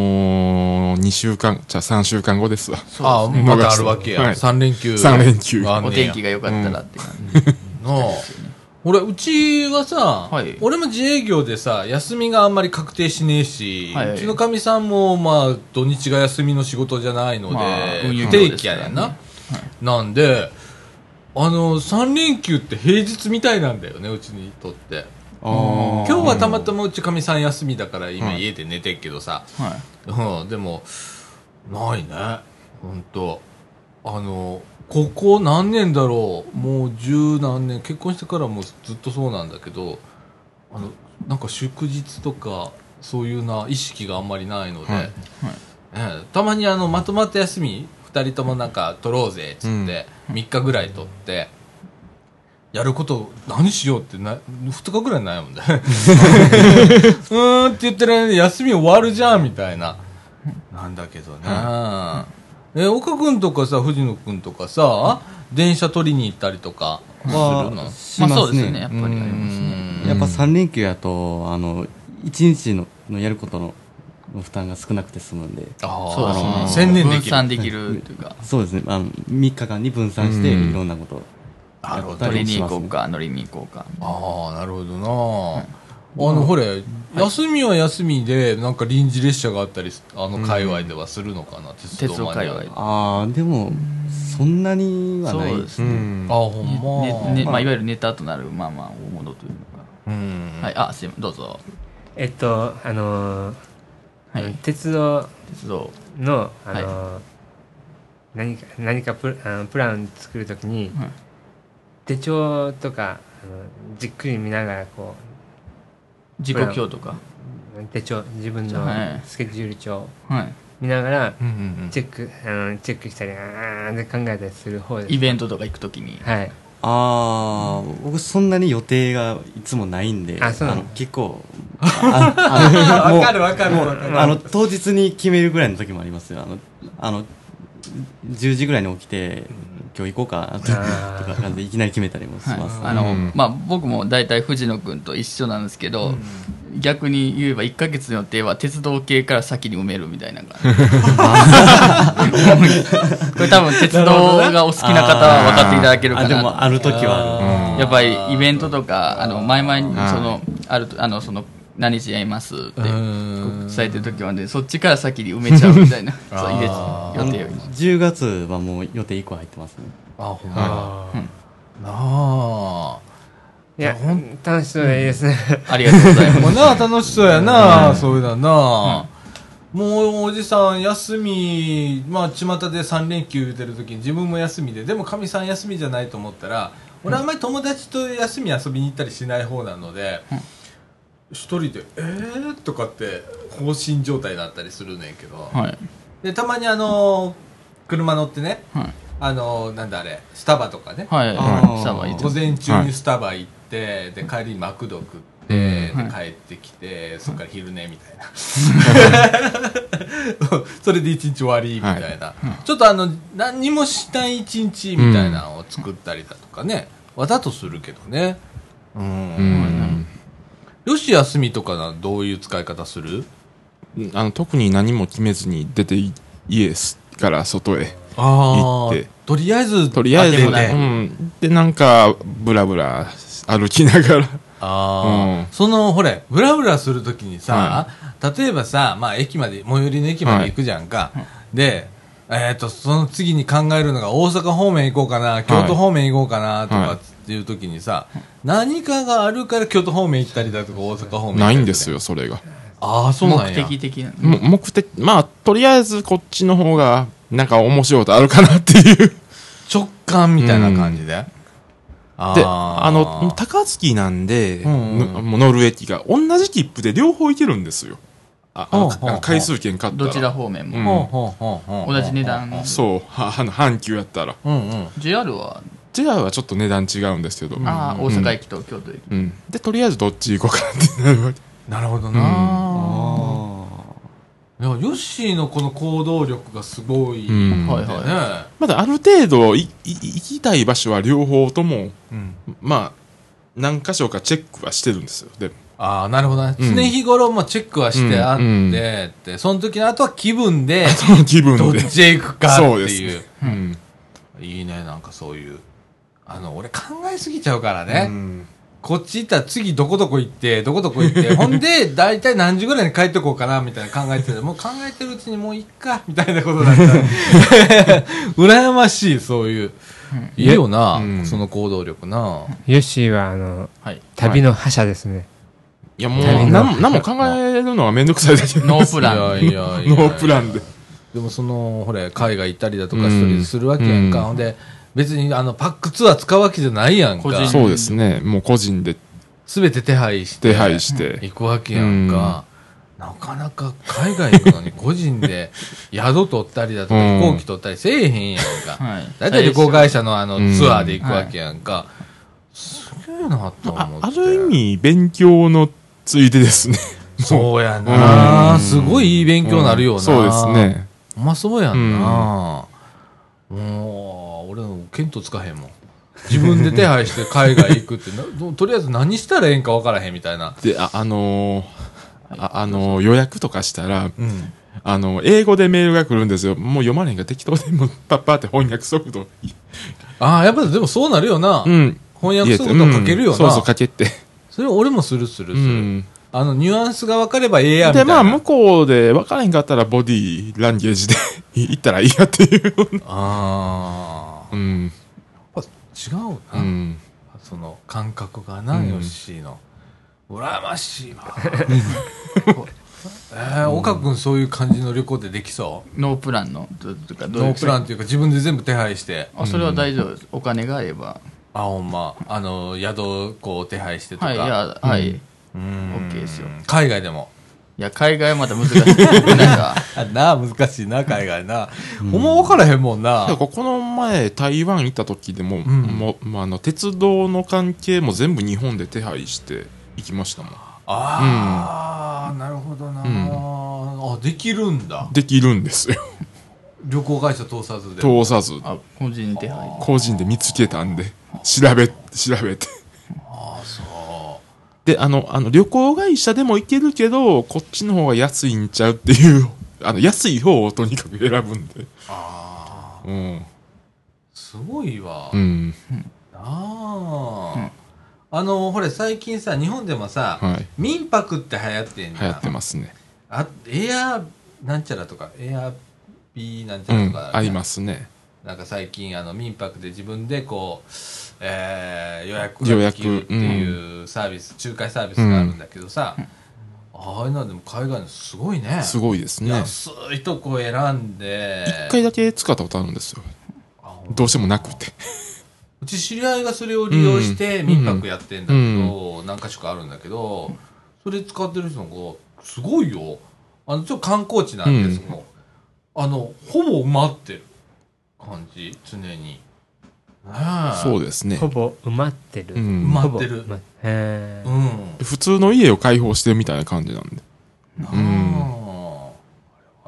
ー、2週間、じゃあ3週間後ですわ。あ、そうですねまだあるわけや。はい3連休。 3連休あんねおや天気が良かったらって感じ、の俺、うちはさ、はい俺も自営業でさ、休みがあんまり確定しねえし、はいうちのかみさんも、まあ、土日が休みの仕事じゃないので、まあ運輸不業定です期かやらねねんな。なんで、あの、3連休って平日みたいなんだよね、うちにとって。あ今日はたまたまうちかみさん休みだから今家で寝てっけどさ、はいうん、でも、ないね。ほんと。あの、ここ何年だろう。もう十何年。結婚してからもずっとそうなんだけど、あの、なんか祝日とか、そういうな、意識があんまりないので、はいはいええたまにあの、まとまった休み、二人ともなんか取ろうぜ、つって、三3日ぐらい取って、やること何しようってな、2日ぐらい悩むんだよ。うーんって言ってる間に休み終わるじゃんみたい な。なんだけどね。え、岡君とかさ、藤野君とかさ、電車取りに行ったりとかするの、まあしままあそうすですね,、よねやっぱりありますねやっぱ3連休やとあの1日ののやることのの負担が少なくて済むんであーそうですね専念で分きる。散できるというかそうですねあの3日間に分散してうんいろんなことなるほど。あはい取りに行こうか乗りに行こうかあー、なるほどな。あの、ほれ、休みは休みで、なんか臨時列車があったりす、あの、界隈ではするのかな、鉄鉄道道マニ界ア隈あああでもそんなにはないそうでですすうねん。あ、ほんま。ねねまあ、いわゆるネタとなるまあまあ大物というのか、うん。はいあすいませんどうぞえっと、あのーはい鉄道鉄道の、あのー何か何かプあのプラン作るときに、はい手帳とかあのじっくり見ながらこ時刻表とかう手帳自分のはいスケジュール帳はい見ながらうんうんチェック、あのチェックしたりあーで考えたりする方ですイベントとか行くときに、はいああ僕そんなに予定がいつもないんであそうなのの結構ああのもうわかるわかあの当日に決めるぐらいの時もありますよあのあの10時ぐらいに起きて今日行こうかとあーとか感じでいきなり決めたりもしはいます、あのうんまあ、僕も大体藤野君と一緒なんですけど、逆に言えば1か月の予定は鉄道系から先に埋めるみたいなのが これ多分鉄道がお好きな方は分かっていただけるかあでなともある時はあるうんやっぱりイベントとかあの前々にそのあるとあのその何時やりますってん伝えてる時はねそっちから先に埋めちゃうみたいなそう入れあ予定より10月はもう予定1個入ってますねあ、ほんまや。なあ。いや楽しそうでいいですねありがとうございもまうすなあ、楽しそうやなあ、そういうのはなあ。もうおじさん休み、まあ巷で3連休言うてる時に自分も休みで、でもかみさん休みじゃないと思ったら、俺あんまり友達と休み遊びに行ったりしない方なので、一人で、えーとかって放心状態だったりするねんけど、はいで、たまにあの車乗ってね、はいあのなんだあれ、スタバとかね、はいあーさあまあいい午です前中にスタバ行って、で帰りにマクド食って、でうん帰ってきてそっから昼寝みたい な それで一日終わりみたいな、ちょっとあの何にもしない一日みたいなのを作ったりだとかね、わざとするけどねうん、うんよし休みとかなどういう使い方するあの、特に何も決めずに出てい家から外へ。あーあとりあえずとりあえず、でうもねん。で、なんか、ブラブラ歩きな がら。ああ、うんそのほれブラブラするときにさ、例えばさ、まあ、駅まで最寄りの駅まで行くじゃんか、で、えー、とその次に考えるのが大阪方面行こうかな京都方面行こうかなとかっていうときにさ、何かがあるから京都方面行ったりだとか大阪方面行ったりとかないんですよ、それが。ああそうなん目や的的なも目的、まあ、とりあえずこっちの方が、なんか面白いことあるかなっていう。直感みたいな感じで、あで、ーあの、高槻なんで、うんうんのもう乗る駅が、同じ切符で両方行けるんですよ。あ、あほうのほうほう回数券買ったら。どちら方面もうんほうほうほうほう同じ値段そう、は、は阪急やったら。うんうん JR は JR はちょっと値段違うんですけど。ああ大阪駅と京都駅うん。で、とりあえずどっち行こうかなってなるわけ。なるほどな、あいやヨッシーのこの行動力がすごい、うん。はいだよはいね、まだある程度いい行きたい場所は両方とも、うんまあ、何箇所かチェックはしてるんですよ。でも ああ、なるほどね。うん常日頃もチェックはしてあって、うんうんって、その時の後は気分で、 その気分どっで。ちへ行くかってそうでいう。す。うん。いいね、なんかそういう。あの、俺考えすぎちゃうからうね。んこっち行ったら次どこどこ行って、どこどこ行 って、ほんで、だいたい何時ぐらいに帰ってこうかな、みたいな考えてて、もう考 えてるうちにもういっか、みたいなことだった。羨ましい、そういう。いいよな、うんその行動力な。ヨッシーは、あの、はい。旅の覇者ですね。いやもうタイミング何何も考えるのはめんどくさいだけノープラン。 いやいやいや。ノープランで。でもその、ほれ、海外行ったりだとかうん一人でするわけやんか。うんほんで、別にあの、パックツアー使うわけじゃないやん個か。人そうですねもう個人ですべて手配して。手配して行くわけやんか。なかなか海外行くのに個人 で宿取ったりだとかうん飛行機取ったりせえへんやんか。はい。だいたい旅行会社のあのうんツアーで行くわけやんか。すげえなと思あって。ある意味勉強のついでですねそうやな、うんすごいいい勉強になるよな、うん そうですねうまそうやんな、もう俺の見当つかへんもん自分で手配して海外行く ってなどとりあえず何したらええんか分からへんみたいな、でああのーああのー予約とかしたらうん、あの英語でメールが来るんですよもう読まれへんから適当でもう パッパーって翻訳速度ああやっぱりでもそうなるよな、うん翻訳速度かけるよな、うんそうそうかけてそれ俺もするするすうる、んあのニュアンスが分かればええやみたでいなまあ向こうで分からへんかったらボディーランゲージで行ったらいいやっていうああ うんやっぱ違ううな、んその感覚がな、うんヨッシーの羨ましいわ えー、岡君そういう感じの旅行でできそうノープランの、ととか、どういノうープランっていうか自分で全部手配してあ、それは大丈夫です。お金があれば。あほんまあの宿こう手配してとか、はい、いや、はい。いうん OK ですよ海外でもや、海外はまた難しい。なんか、あなあ難しいな海外な、ほんま分からへんもんなだからこの前台湾行った時でも,、んもうまあ、あの鉄道の関係も全部日本で手配して行きましたもんああ、なるほどな、あできるんだできるんですよ旅行会社通さずで通さずあ、個人手配。個人で見つけたんで調べ調べてあそうであのあの旅行会社でも行けるけどこっちの方が安いんちゃうっていうあの安い方をとにかく選ぶんでああうんすごいわ、うんああ、うんあのほれ最近さ日本でもさ、はい民泊って流行ってんじ流ゃ行んってますねあエアなんちゃらとかエアビーなんちうゃらとんか、ありますねなんか最近あの民泊で自分でこう、えー予約予がで約きるっていうサービス、仲介サービスがあるんだけどさ、ああいうのはでも海外のすごいねすごいですね安いとこ選んで一回だけ使ったことあるんですよあほんどうしてもなくてうち知り合いがそれを利用してうん民泊やってんだけど、何か所かあるんだけど、それ使ってる人が、すごいよ。あの、ちょっと観光地なんですけど、あの、ほぼ埋まってる感じ、常に。ねえそうですねほぼ埋まってる。う埋んまってる埋。まへうーん。普通の家を開放してるみたいな感じなんでなああうんれは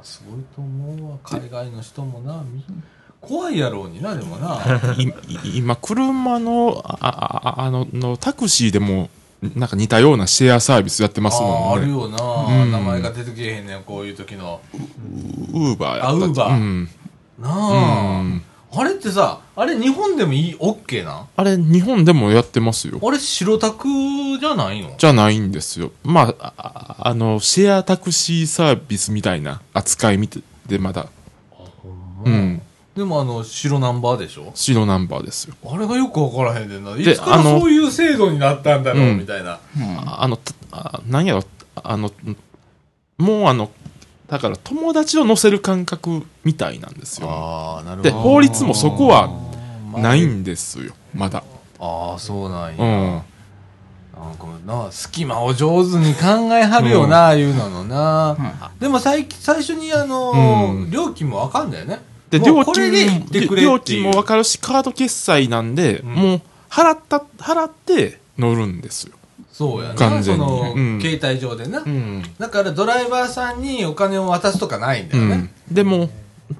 すごいと思うわ。海外の人もな、み怖いやろうにな、でもな。いい今車のああああののタクシーでもなんか似たようなシェアサービスやってますああー、もあんるねよな、うん名前が出てけえへんねん、こういう時の。ウーバーやったあ Uber うん、なあ、うんあれってさ、あれ日本でもいい、オッケーなんあれ日本でもやってますよあれ白タクじゃないのじゃないんですよまあああのシェアタクシーサービスみたいな扱いみてでまだうんでもあの、白ナンバーでしょ白ナンバーですよあれがよくわからへんねんな。いでつからあのそういう制度になったんだろう、うんみたいな。あの、たあなんやろ、あの、もうあの、だから友達を乗せる感覚みたいなんですよ。ああ、なるで、法律もそこはまあないんですよ、まだ。ああ、そうなんや。うん。なんかな、隙間を上手に考えはるよな、いうなのな。でも最近、最初にあのー、うん料金もわかんだよね。で、も料うこれで行って金くも、れっ料てい金うもわかるし、カード決済なんで、んもう、払った、払って乗るんですよ。そうやな。完そ全にのう、ん携帯上でな。ん。だからドライバーさんにお金を渡すとかないんだうよね。ん。でも、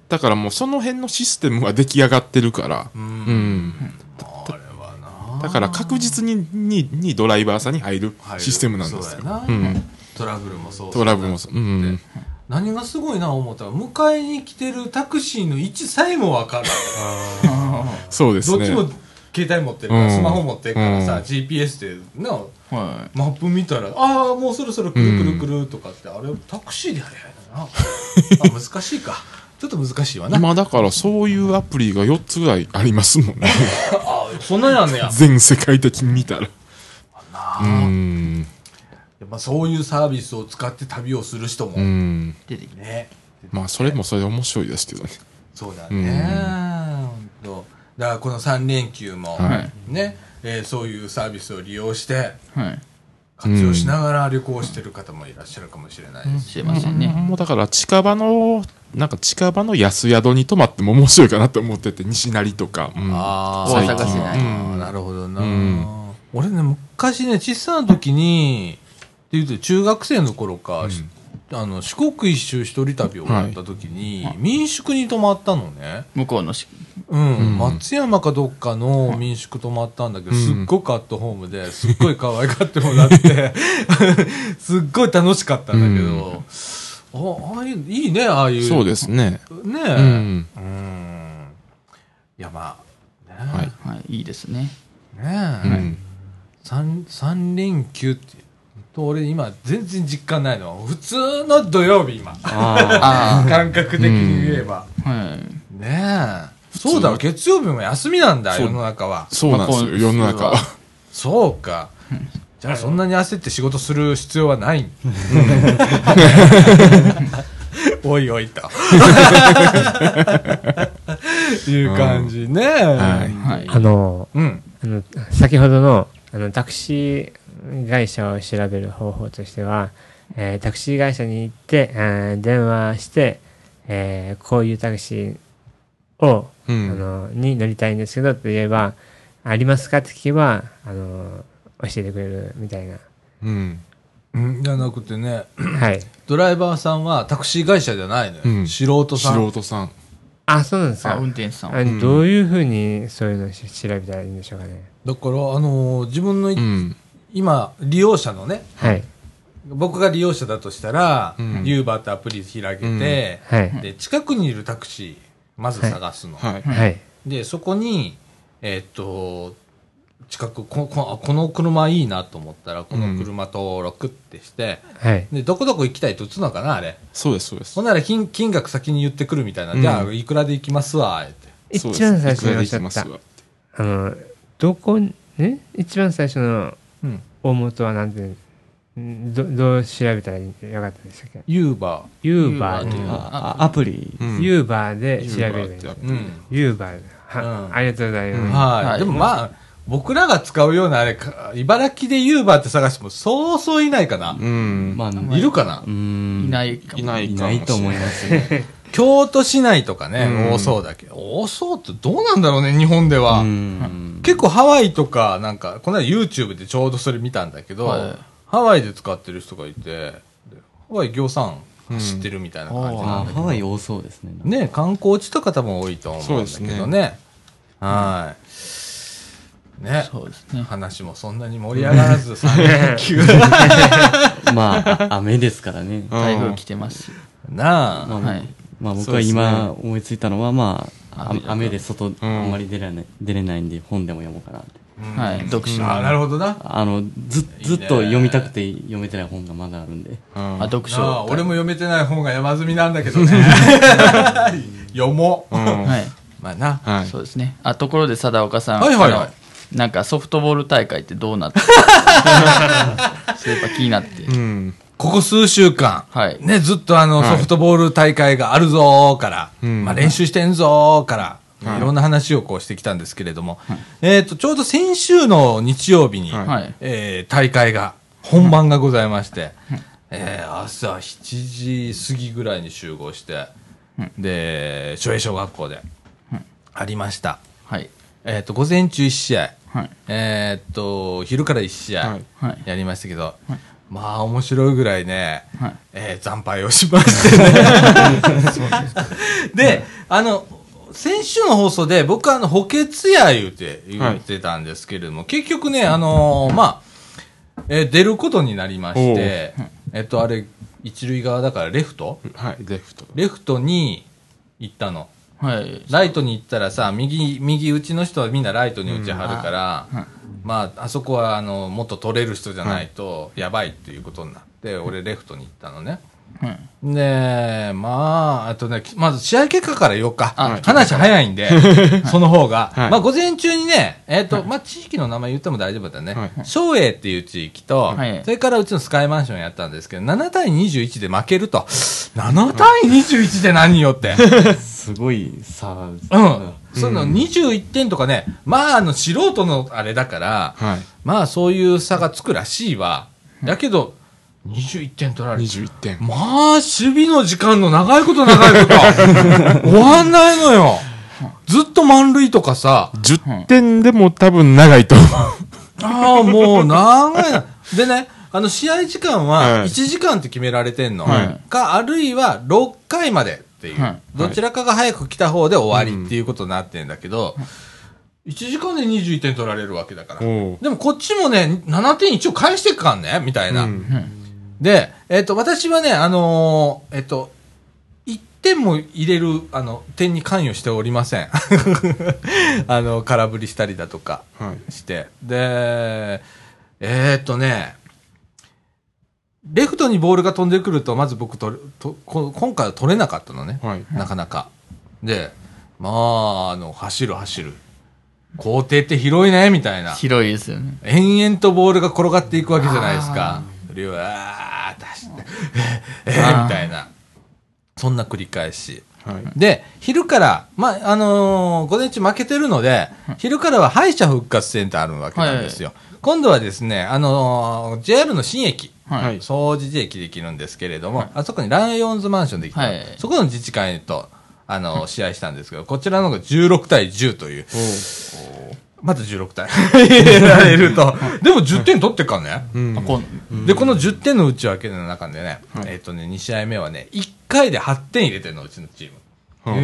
だからもうその辺のシステムは出来上がってるから、んうん。あれはなだから確実に、に、にドライバーさんに入るシステムなんですそうよや。なうん。トラブルもそうトラブルもそう。うん。何がすごいな思ったら迎えに来てるタクシーの位置さえも分 からんそうですどっね。ちも携帯持ってるから、うんスマホ持ってるからさ、うん GPS でなはい。マップ見たらああ もうそろそろくるくるくるとかって、あれタクシーでやりゃいいのになあ難しいかちょっと難しいわな。今だからそういうアプリが4つぐらいありますもんね。あそんなになんねや。全世界的に見たら。うん。やっぱそういうサービスを使って旅をする人うも。ん。出てきてね。まあ、それもそれで面白いですけどね。そうだね。ほんとだからこの3連休も、はいね、えーそういうサービスを利用して、はい活用しながら旅行してる方もいらっしゃるかもしれないですし。してましたね、もうだから近場の、なんか近場の安宿に泊まっても面白いかなと思ってて、西成とか。うんあー大阪市内あーなるほどな、うん俺ね、昔ね、小さな時に、っていうと中学生の頃か、しあの四国一周一人旅をやった時に、民宿に泊まったのね。向こうのしうん、ん松山かどっかの民宿泊まったんだけど、うんすっごくアットホームで、すっごい可愛がってもらっ て、すっごい楽しかったんだけど、あああいう、いいね、ああいう。そうですね。ねうえ。ん。うん。いや、まあ、ねはい。はい、いいですねえ。ねえ。うん三三連休って、と俺今全然実感ないのは、普通の土曜日今。ああ 感覚的に言えば。あはいねえ。そうだろ、月曜日も休みなんだ、そう世の中は。そうなんですよ、世の中は。そうか。じゃあそんなに焦って仕事する必要はない。 おいお いと。いう感じね。はい。はいあの、うん。あの先ほどのあのタクシー会社を調べる方法としては、えータクシー会社に行って、えー電話して、えーこういうタクシーを、うあん。のに乗りたいんですけどと言えば「ありますか?」って聞けばあの教えてくれるみた いなうん。うんじゃなくてね、はいドライバーさんはタクシー会社じゃないのよ。うん素人さん。素人さん。あそうなんですあか運転手さんはあどういうふうにそういうのをし調べたらいいんでしょうかねだから、あのー自分のい、うん。今、利用者のね、はい僕が利用者だとしたら、うんユーバーってアプリ開けて、はいで、近くにいるタクシー、まず探すの。はい。はいで、そこに、えーっと、近くここ、あこの車いいなと思ったら、この車登録ってして、はいで、どこどこ行きたいと打つのかな、あれ。そうです、そうですほ。んなら金、金額先に言ってくるみたいな。じゃあ、いくらで行きますわ、って。一そうです番最初におっいしくゃらで行きまっすわたあのどこにね一番最初のうん大元は何てんどどう調べたらよかったでしたっけユーバユーバーユーでバああアプリうんユーバーで調べユるーバーってー。うん。ユーバーうはんありがとうございます、はい、はいでもまあ、僕らが使うようなあれか、茨城でユーバーって探しても、そうそういないかな。うん。まあ、ういるかな、ーん。いないかもいないいかもしれな。ないいと思いますね。京都市内とかね、うん多そうだけど、多そうってどうなんだろうね、日本では。うん。結構ハワイとか、なんか、この間 YouTube でちょうどそれ見たんだけど、はいハワイで使ってる人がいて、でハワイ行さん走ってるみたいな感じなんあだけハど、ワイ多そうですね。ね、観光地とか多分多いと思うんだけそどうね。はい。ね。そうですね話もそんなに盛り上がらず3連休 まあ、雨ですからね。うん台風来てますしなまああ、はいまあ僕そうではすね今思いついたのは、まあ、あ雨だから雨で外、あんまり出れない、出れないんで本でも読もうかなって。はい読書あなるほどなあの、ず、ずっと読みたくて読めてない本がまだあるんで。うんあ読なあ書俺も読めてない本が山積みなんだけどね 読もう、うんはいまあなはい。そうですね。あ、ところで、貞岡さん。はいはいはいあのなんかソフトボール大会ってどうなってるそういえば気になって。うん。ここ数週間、はいね、ずっとあの、はいソフトボール大会があるぞーから、うんまあ、練習してんぞーから、、はいいろんな話をこうしてきたんですけれども、えっ、と、ちょうど先週の日曜日に、はいはい。えー大会が、本番がございまして、えー朝7時過ぎぐらいに集合して、で、諸栄小学校で、ありました。はい。えっ、と、午前中1試合、はい。えーっと、昼から1試は合いはいやりましたけど、まあ面白いぐらいね、はいえー惨敗をしましてね。 であの、先週の放送で僕はあの補欠や言うて、言ってたんですけれども、結局ね、あのーまあ、えー出ることになりまして、えっと、あれ、一塁側だからレフトはい、レフト。レフトに行ったの。はい。ライトに行ったらさ、右、右打ちの人はみんなライトに打ちはるから、まあ、あそこは、あの、もっと取れる人じゃないと、やばいっていうことになって、俺、レフトに行ったのね。うんねえ、まあ、あとね、きまず試合結果から言おうか。あ話早いんで、 その方が。はいまあ、午前中にね、えっ、と、まあ、地域の名前言っても大丈夫だねはい。松、栄、っていう地域と、はいそれからうちのスカイマンションやったんですけど、7対21で負けると。7対21で何よって。すごいさ、うん。その21点とかね、まあ、あの、素人のあれだから、はい。まあ、そういう差がつくらしいわ。だけど、21点取られて21点。まあ、守備の時間の長いこと長いこと。 終わんないのよ。ずっと満塁とかさ。 10点でも多分長いと思う。ああ、もう長いな。 でね、あの、試合時間ははい1時間って決められてんの。はか、あるいは6回までっていう。はいどちらかが早く来た方で終わりっていうことになってんだけど、1時間で21点取られるわけだから。おうでもこっちもね、7点一応返してくかんねみたいな。うんで、えっ、と、私はね、あのーえっ、と、1点も入れる、あの、点に関与しておりません。 あの、空振りしたりだとかはい。して。で、えっ、とね、レフトにボールが飛んでくると、まず僕ととこ、今回は取れなかったのね。はい。なかなか。で、まあ、あの、走る走る。校庭って広いね、みたいな。広いですよね。延々とボールが転がっていくわけじゃないですか。それを、あー出して、えーえーみたいな。そんな繰り返し。はい。で、昼から、まあ、あのー午前中負けてるので、昼からは敗者復活戦ってあるわけなんですよ。今度はですね、あのー JR の新駅、ははいい。掃除時駅できるんですけれども、あそこにライオンズマンションできた、はいそこの自治会と、あのー試合したんですけど、こちらの方が16対10という、まず16対入れられると。でも10点取ってっからね。うんあ。こんで、この10点の内訳の中でね、はいえっ、とね、2試合目はね、1回で8点入れてるの、うちのチーム。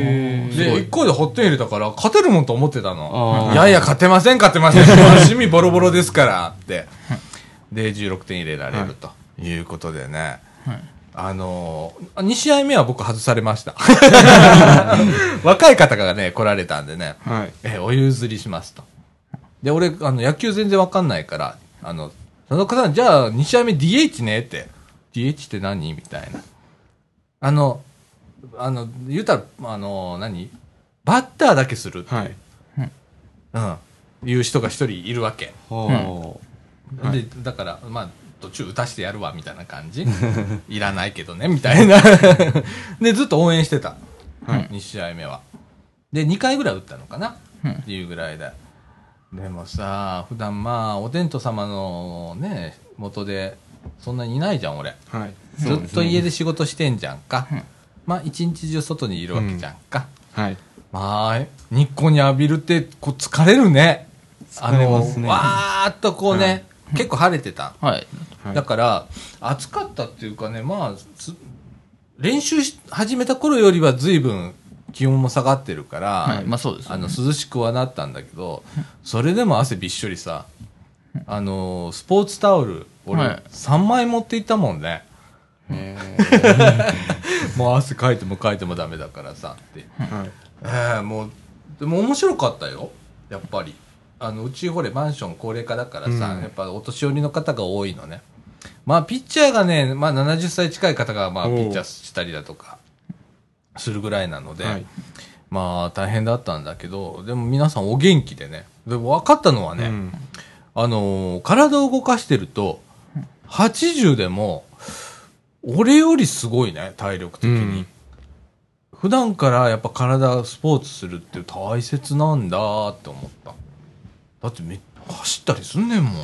で、1回で8点入れたから、勝てるもんと思ってたのあ。ーいやいや、勝てません、勝てません。趣味ボロボロですから、って。で、16点入れられるということでね。あのー、2試合目は僕外されま した。若い方がね、来られたんでね。はい。えーお譲りしますと。で、俺、あの、野球全然わかんないから、あの、佐々木さん、じゃあ、2試合目 DH ねって。DH って何みたいな。あの、あの、言うたら、あの、何バッターだけする。はい。うん。いう人が一人いるわけ。ほはいで、だから、まあ、途中打たしてやるわ、みたいな感 じ。いらないけどね、みたいな。で、ずっと応援してた。はい2試合目は。で、2回ぐらい打ったのかな、うんっていうぐらいで。でもさ、普段まあ、お天道様のね、元で、そんなにいないじゃん、俺。はい。ずっと家で仕事してんじゃんか。まあ、一日中外にいるわけじゃんか。はい。まあ、日光に浴びるって、こう、疲れるね。あれの、ますねわーっとこうね、結構晴れてた。はい。はいだから、暑かったっていうかね、まあ、す練習し始めた頃よりは随分気温も下がってるから、はい。まあそうですあよね。の涼しくはなったんだけど、それでも汗びっしょりさ、あのスポーツタオル、は俺、い3枚持っていったもんね。 もう汗かいてもかいてもダメだからさって。はい。ええもう、でも面白かったよ、やっぱり。あの、うちほれ、マンション高齢化だからさ、うんやっぱお年寄りの方が多いのね。まあ、ピッチャーがね、まあ、70歳近い方が、まあ、おピうッチャーしたりだとか、するぐらいなので、はい。まあ、大変だったんだけど、でも皆さんお元気でね。でも分かったのはね、うんあのー体を動かしてると、80でも、俺よりすごいね、体力的に。うん普段からやっぱ体、スポーツするって大切なんだって思った。だってめ走ったりすんねんもん。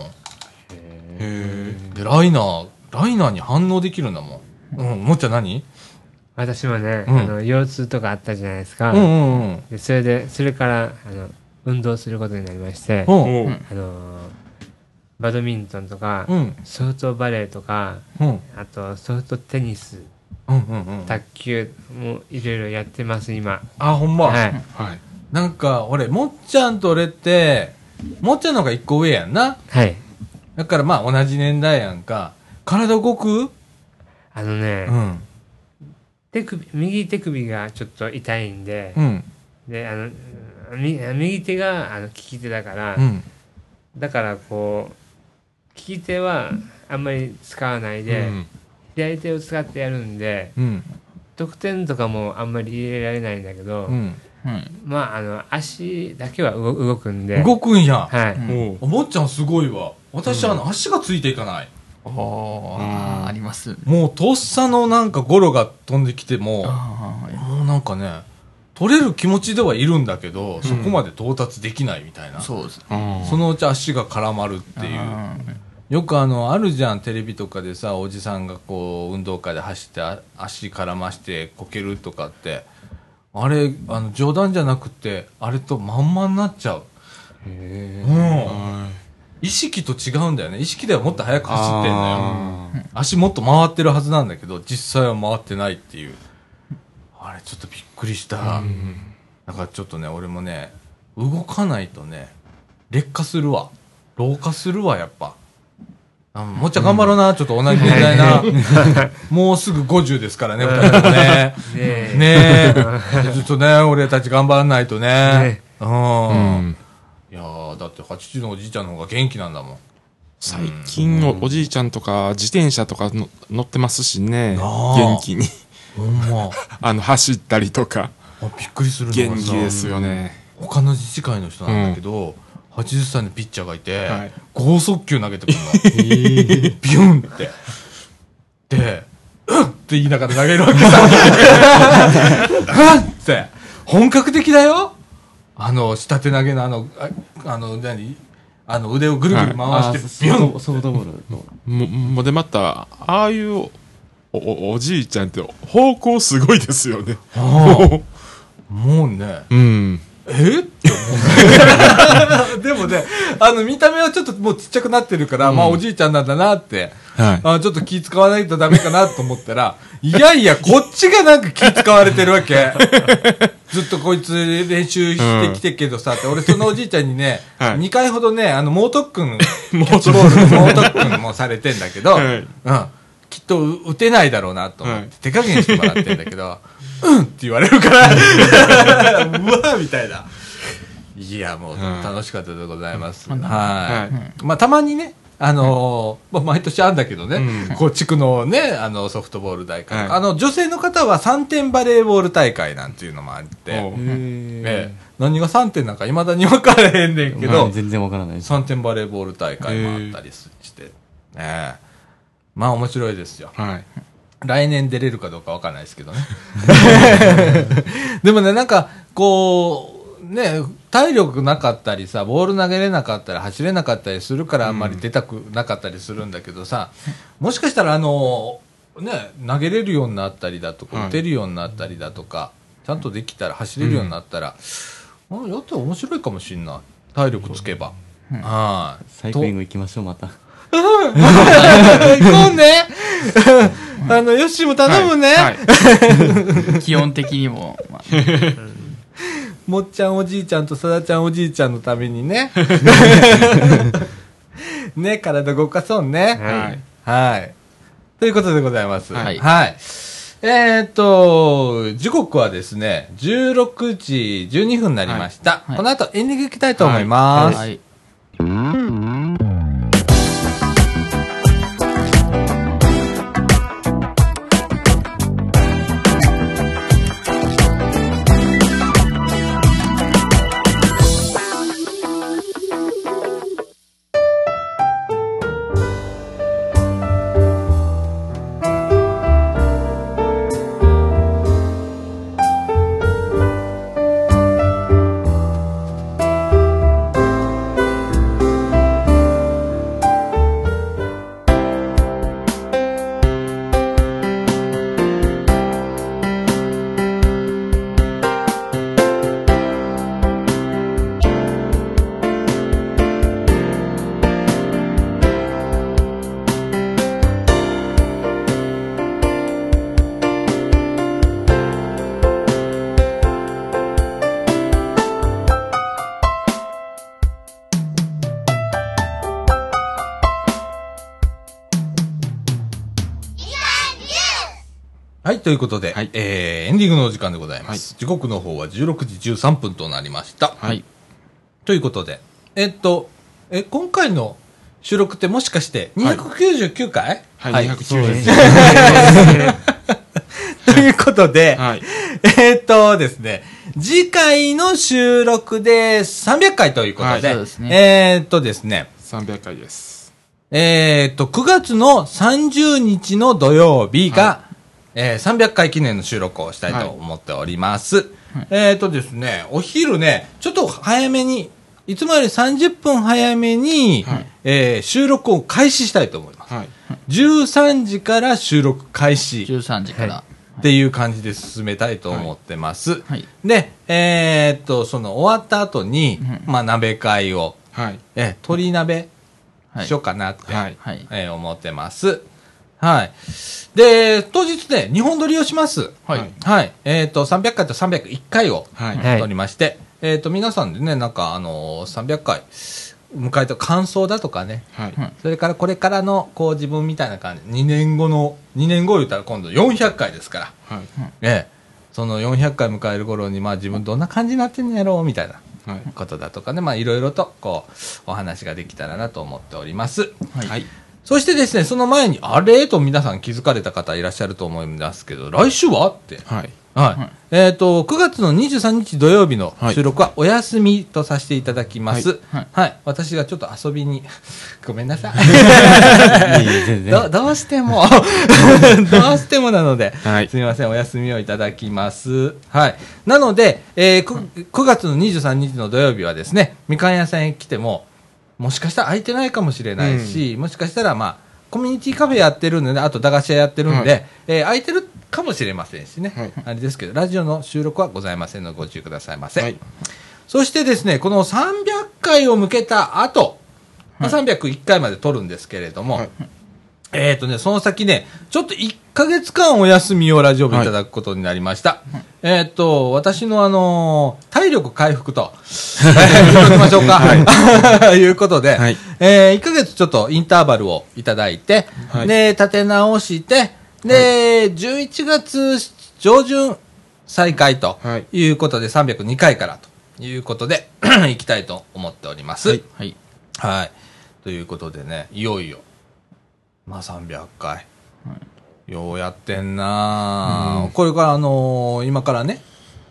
へで、ライナー、ライナーに反応できるんだもん。うん、もっちゃん何私もね、うんあの腰痛とかあったじゃないですか、うんうんうん。でそれでそれからあの運動することになりまして、うん。え。おうあのーバドミントンとか、うん。ソフトバレーとかうん。あとソフトテニスうんうんうん。卓球もいろいろやってます今、あ、ほんま。はいはい。なんか、俺、もっちゃんと俺って、もっちゃんの方が一個上やんな。はいだからまあ同じ年代やんか。体動くあのね、ん。手首右手首がちょっと痛いんで、うん。であのみ右手があの利き手だから、うん。だからこう利き手はあんまり使わないで、うん左手を使ってやるんでうん得点とかもあんまり入れられないんだけど、うんうんまああの足だけは動動くんで動くんやはい、おうあもっちゃんすごいわ私はあの足がついていかない、おーあーありますもうとっさのなんかゴロが飛んできてもあーもうなんかね取れる気持ちではいるんだけど、そこまで到達できないみたいなそそうですねのうち足が絡まるっていうあよくあのあるじゃんテレビとかでさおじさんがこう運動会で走ってあ足絡ましてこけるとかってあれあの冗談じゃなくてあれとまんまになっちゃううん意識と違うんだよね意識ではもっと速く走ってんのよあ足もっと回ってるはずなんだけど実際は回ってないっていうあれちょっとびっくりした、だからちょっとね俺もね動かないとね劣化するわ老化するわやっぱあもっちゃん頑張ろうな、ちょっと同じ年代なもうすぐ50ですからね二人ともねねえねえちょっとね俺たち頑張らないとねねーうん、うんいやーだって80のおじいちゃんの方が元気なんだもん最近おおじいちゃんとか自転車とかの乗ってますしねあー元気に ほんまあの走ったりとか あびっくりするの元がさ気ですよね他の自治会の人なんだけど、80歳のピッチャーがいて、はい剛速球投げてくるの、ビュンってで「うっ!」って言いながら投げるわけさ「うっ!」って本格的だよあの下手投げのあのああの何あの腕をぐるぐる回あして、ソビュンフトソフトボールのももうでまたああいうおおおじいちゃんって方向すごいですよね あもうねうんえって思 う。でもね、あの、見た目はちょっともうちっちゃくなってるから、まあおじいちゃんなんだなって、はいあちょっと気使わないとダメかなと思ったら、いやいや、こっちがなんか気使われてるわ け。ずっとこいつ練習してきてっけどさ、って俺そのおじいちゃんにね、 はい2回ほどね、あの、猛特 訓、モートボールの猛特訓もされてんだけど、はいうん。きっと打てないだろうなと思って、はい手加減してもらってんだけど、 うんって言われるから、うわみたいな。いや、もうはい楽しかったでございます。はい。はまあ、たまにね、あのーまあ、毎年あるんだけどね、うんこう、地区のね、あの、ソフトボール大会、はいあの、女性の方は3点バレーボール大会なんていうのもあって、おうええ何が3点なんか未だに分からへんねんけど、全然わからないです3点バレーボール大会もあったりして、ええまあ面白いですよ。はい来年出れるかどうかわかんないですけどね。 でもね、なんか、こう、ね、体力なかったりさ、ボール投げれなかったり、走れなかったりするから、あんまり出たくなかったりするんだけどさ、もしかしたら、あの、ね、投げれるようになったりだとはか、い打てるようになったりだとか、ちゃんとできたら、走れるようになったら、あやったら面白いかもしんない。体力つけば。はい。 サイクリング行きましょうまた行こうね あの、ヨッシーも頼むね、はいはい基本的にも、まあ、もっちゃんおじいちゃんとさだちゃんおじいちゃんのためにね。ね、体動かそうね。はいはい。ということでございます。はいえーっと、時刻はですね、16時12分になりました。はいこの後エンディングいきたいと思います。はい、はい、ということで、はいえーエンディングのお時間でございます。時刻の方は16時13分となりました。はいということで、えっと、え、今回の収録ってもしかして299回、はい、はい290 ということで、はい。えーっとですね、次回の収録で300回ということで、はいそうですねえーっとですね、 300回です。えーっと、9月の30日の土曜日が、えー300回記念の収録をしたいと思っております。えーっとですね、お昼ね、ちょっと早めに、いつもより30分早めに、はいえー収録を開始したいと思います。はい。 13時から収録開始。 13時から。っていう感じで進めたいと思ってます。はいで、えーっと、その終わった後に、うんまあ、鍋会を、はい。え、鶏鍋はい。しようかなって、はいはい。えー思ってます。はい。で、当日ね、日本撮りをします。はい。はい。えーっと、300回と301回をはい。はい撮りまして、えーっと、皆さんでね、なんか、あのー300回迎えた感想だとかね、はい。はいそれからこれからの、こう自分みたいな感じ、2年後の、2年後言ったら今度400回ですから。はい。ええ、その400回迎える頃に、まあ、自分どんな感じになってんのやろうみたいなはい。ことだとかね、まあ、いろいろとこうお話ができたらなと思っております。はい。そしてですね、その前に、あれと皆さん気づかれた方いらっしゃると思いますけど、来週はって。はい。はい。はいえっ、と、9月の23日土曜日のはい収録はお休みとさせていただきます。はい。はい私がちょっと遊びに、 ごめんな さい。いえいえ全然。どどうして もどうしてもなので、はいすみませんお休みをいただきますはいなので、えー、9, 月の23日の土曜日はですねみかん屋さんへ来てももしかしたら空いてないかもしれないし、もしかしたらまあコミュニティカフェやってるんでねあと駄菓子屋やってるんで、はえー空いてるかもしれませんしね、はいあれですけどラジオの収録はございませんのでご注意くださいませ、はい。そしてですね、この300回を向けた後、まあ、301回まで撮るんですけれども、はいえっ、とね、その先ね、ちょっと1ヶ月間お休みをラジオ部いただくことになりました。えっ、と、私のあのー体力回復 と、えー言っときましょうか。 い、うことで、はいえ1ヶ月ちょっとインターバルをいただいて、はいで、立て直して、で、11月上旬再開とはいいうことで、302回からということで、 行きたいと思っております。はい。はい。ということでね、いよいよ、まあ300回。ようやってんなあこれから、あのー今からね、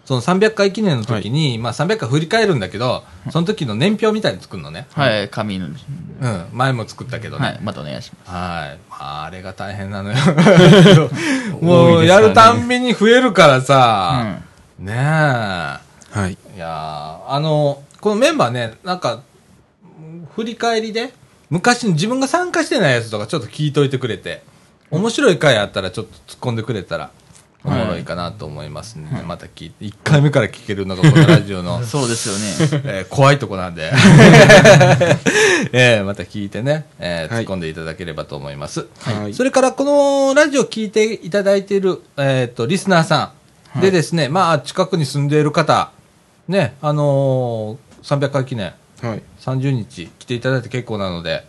その300回記念の時に、まあ300回振り返るんだけど、その時の年表みたいに作るのね。はい。紙の。うん、前も作ったけどね。はい。またお願いしまはい。まあ、あれが大変な のよ。もう、やるたんびに増えるからさ、ねえ。はい。いやーあの、このメンバーね、なんか、振り返りで、昔の自分が参加してないやつとかちょっと聞いといてくれて、面白い回あったらちょっと突っ込んでくれたら、おもろいかなと思いますね。また聞いて、1回目から聞けるのがこのラジオ のす。そうですよね。えー怖いとこなん で、えーまた聞いてね、えーは突いっ込んでいただければと思います。はいそれから、このラジオ聞いていただいている、えー、とリスナーさんでですね、まあ、近くに住んでいる方、ね、あのー300回記念、はい。 30日来ていただいて結構なので、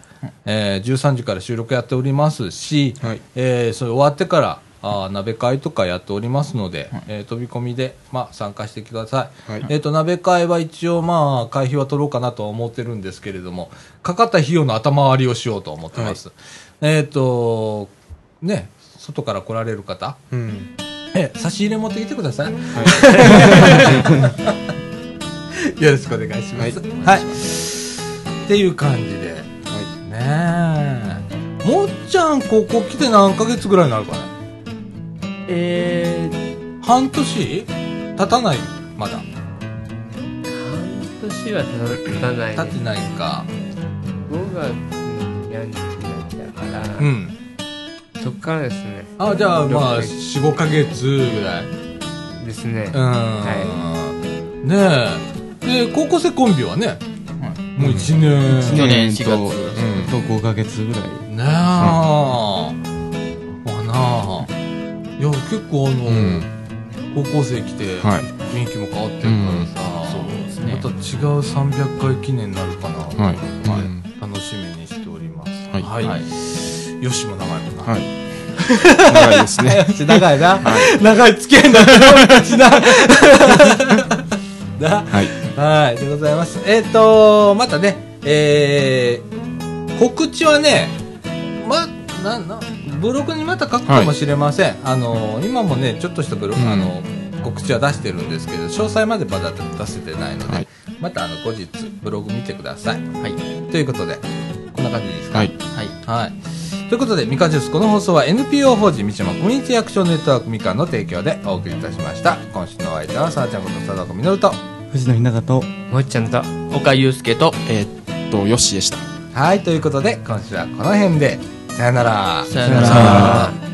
えー13時から収録やっておりますし、はいえーそれ終わってからあー鍋会とかやっておりますので、えー飛び込みで、まあ、参加してください、はいえー、と鍋会は一応、まあ、会費は取ろうかなとは思ってるんですけれどもかかった費用の頭割りをしようと思ってます、えっ、とね外から来られる方、うん。ええ差し入れ持ってきてください。よろしくお願いします。ははい。っていう感じで。ねえ。もっちゃん、ここ来て何ヶ月ぐらいになるかねえ半年経たないまだ。ー、半年は経たない経ってないか。 5月に病んでたから、うん。そっからですねあ、じゃあ、まあ、六4、5ヶ月ぐらい。うん。年ですね、ねえ。で、高校生コンビはね、もう1年。去年4月と、うんと5ヶ月ぐらい。ねえ、あまあなあいや結構あの、うん高校生来て、はい雰囲気も変わってるからさ、うんそうですねまた違う300回記念になるかな、はいい楽しみにしておりますはいはいよしも長いもんな、はい。 長いですね。 長いな、長い付き合い になって俺たちななはい。 はい、でございます。えっ、と、またね、えー告知はね、ま、ななブログにまた書くかもしれません、あの今もねちょっとしたブログ、うんあの告知は出してるんですけど詳細までまだ出せてないので、はいまたあの後日ブログ見てくださいはいということでこんな感じですかはい。はいはい。ということで、ミカジュース、この放送は NPO 法人三島コミュニティアクションネットワークみかんの提供でお送りいたしました。今週のお相手は、さあちゃんこと佐藤みのると。藤野ひなともっちゃんと岡祐介とえーっと、よしでした。はい、ということで、今週はこの辺で、さよなら。さよなさよならら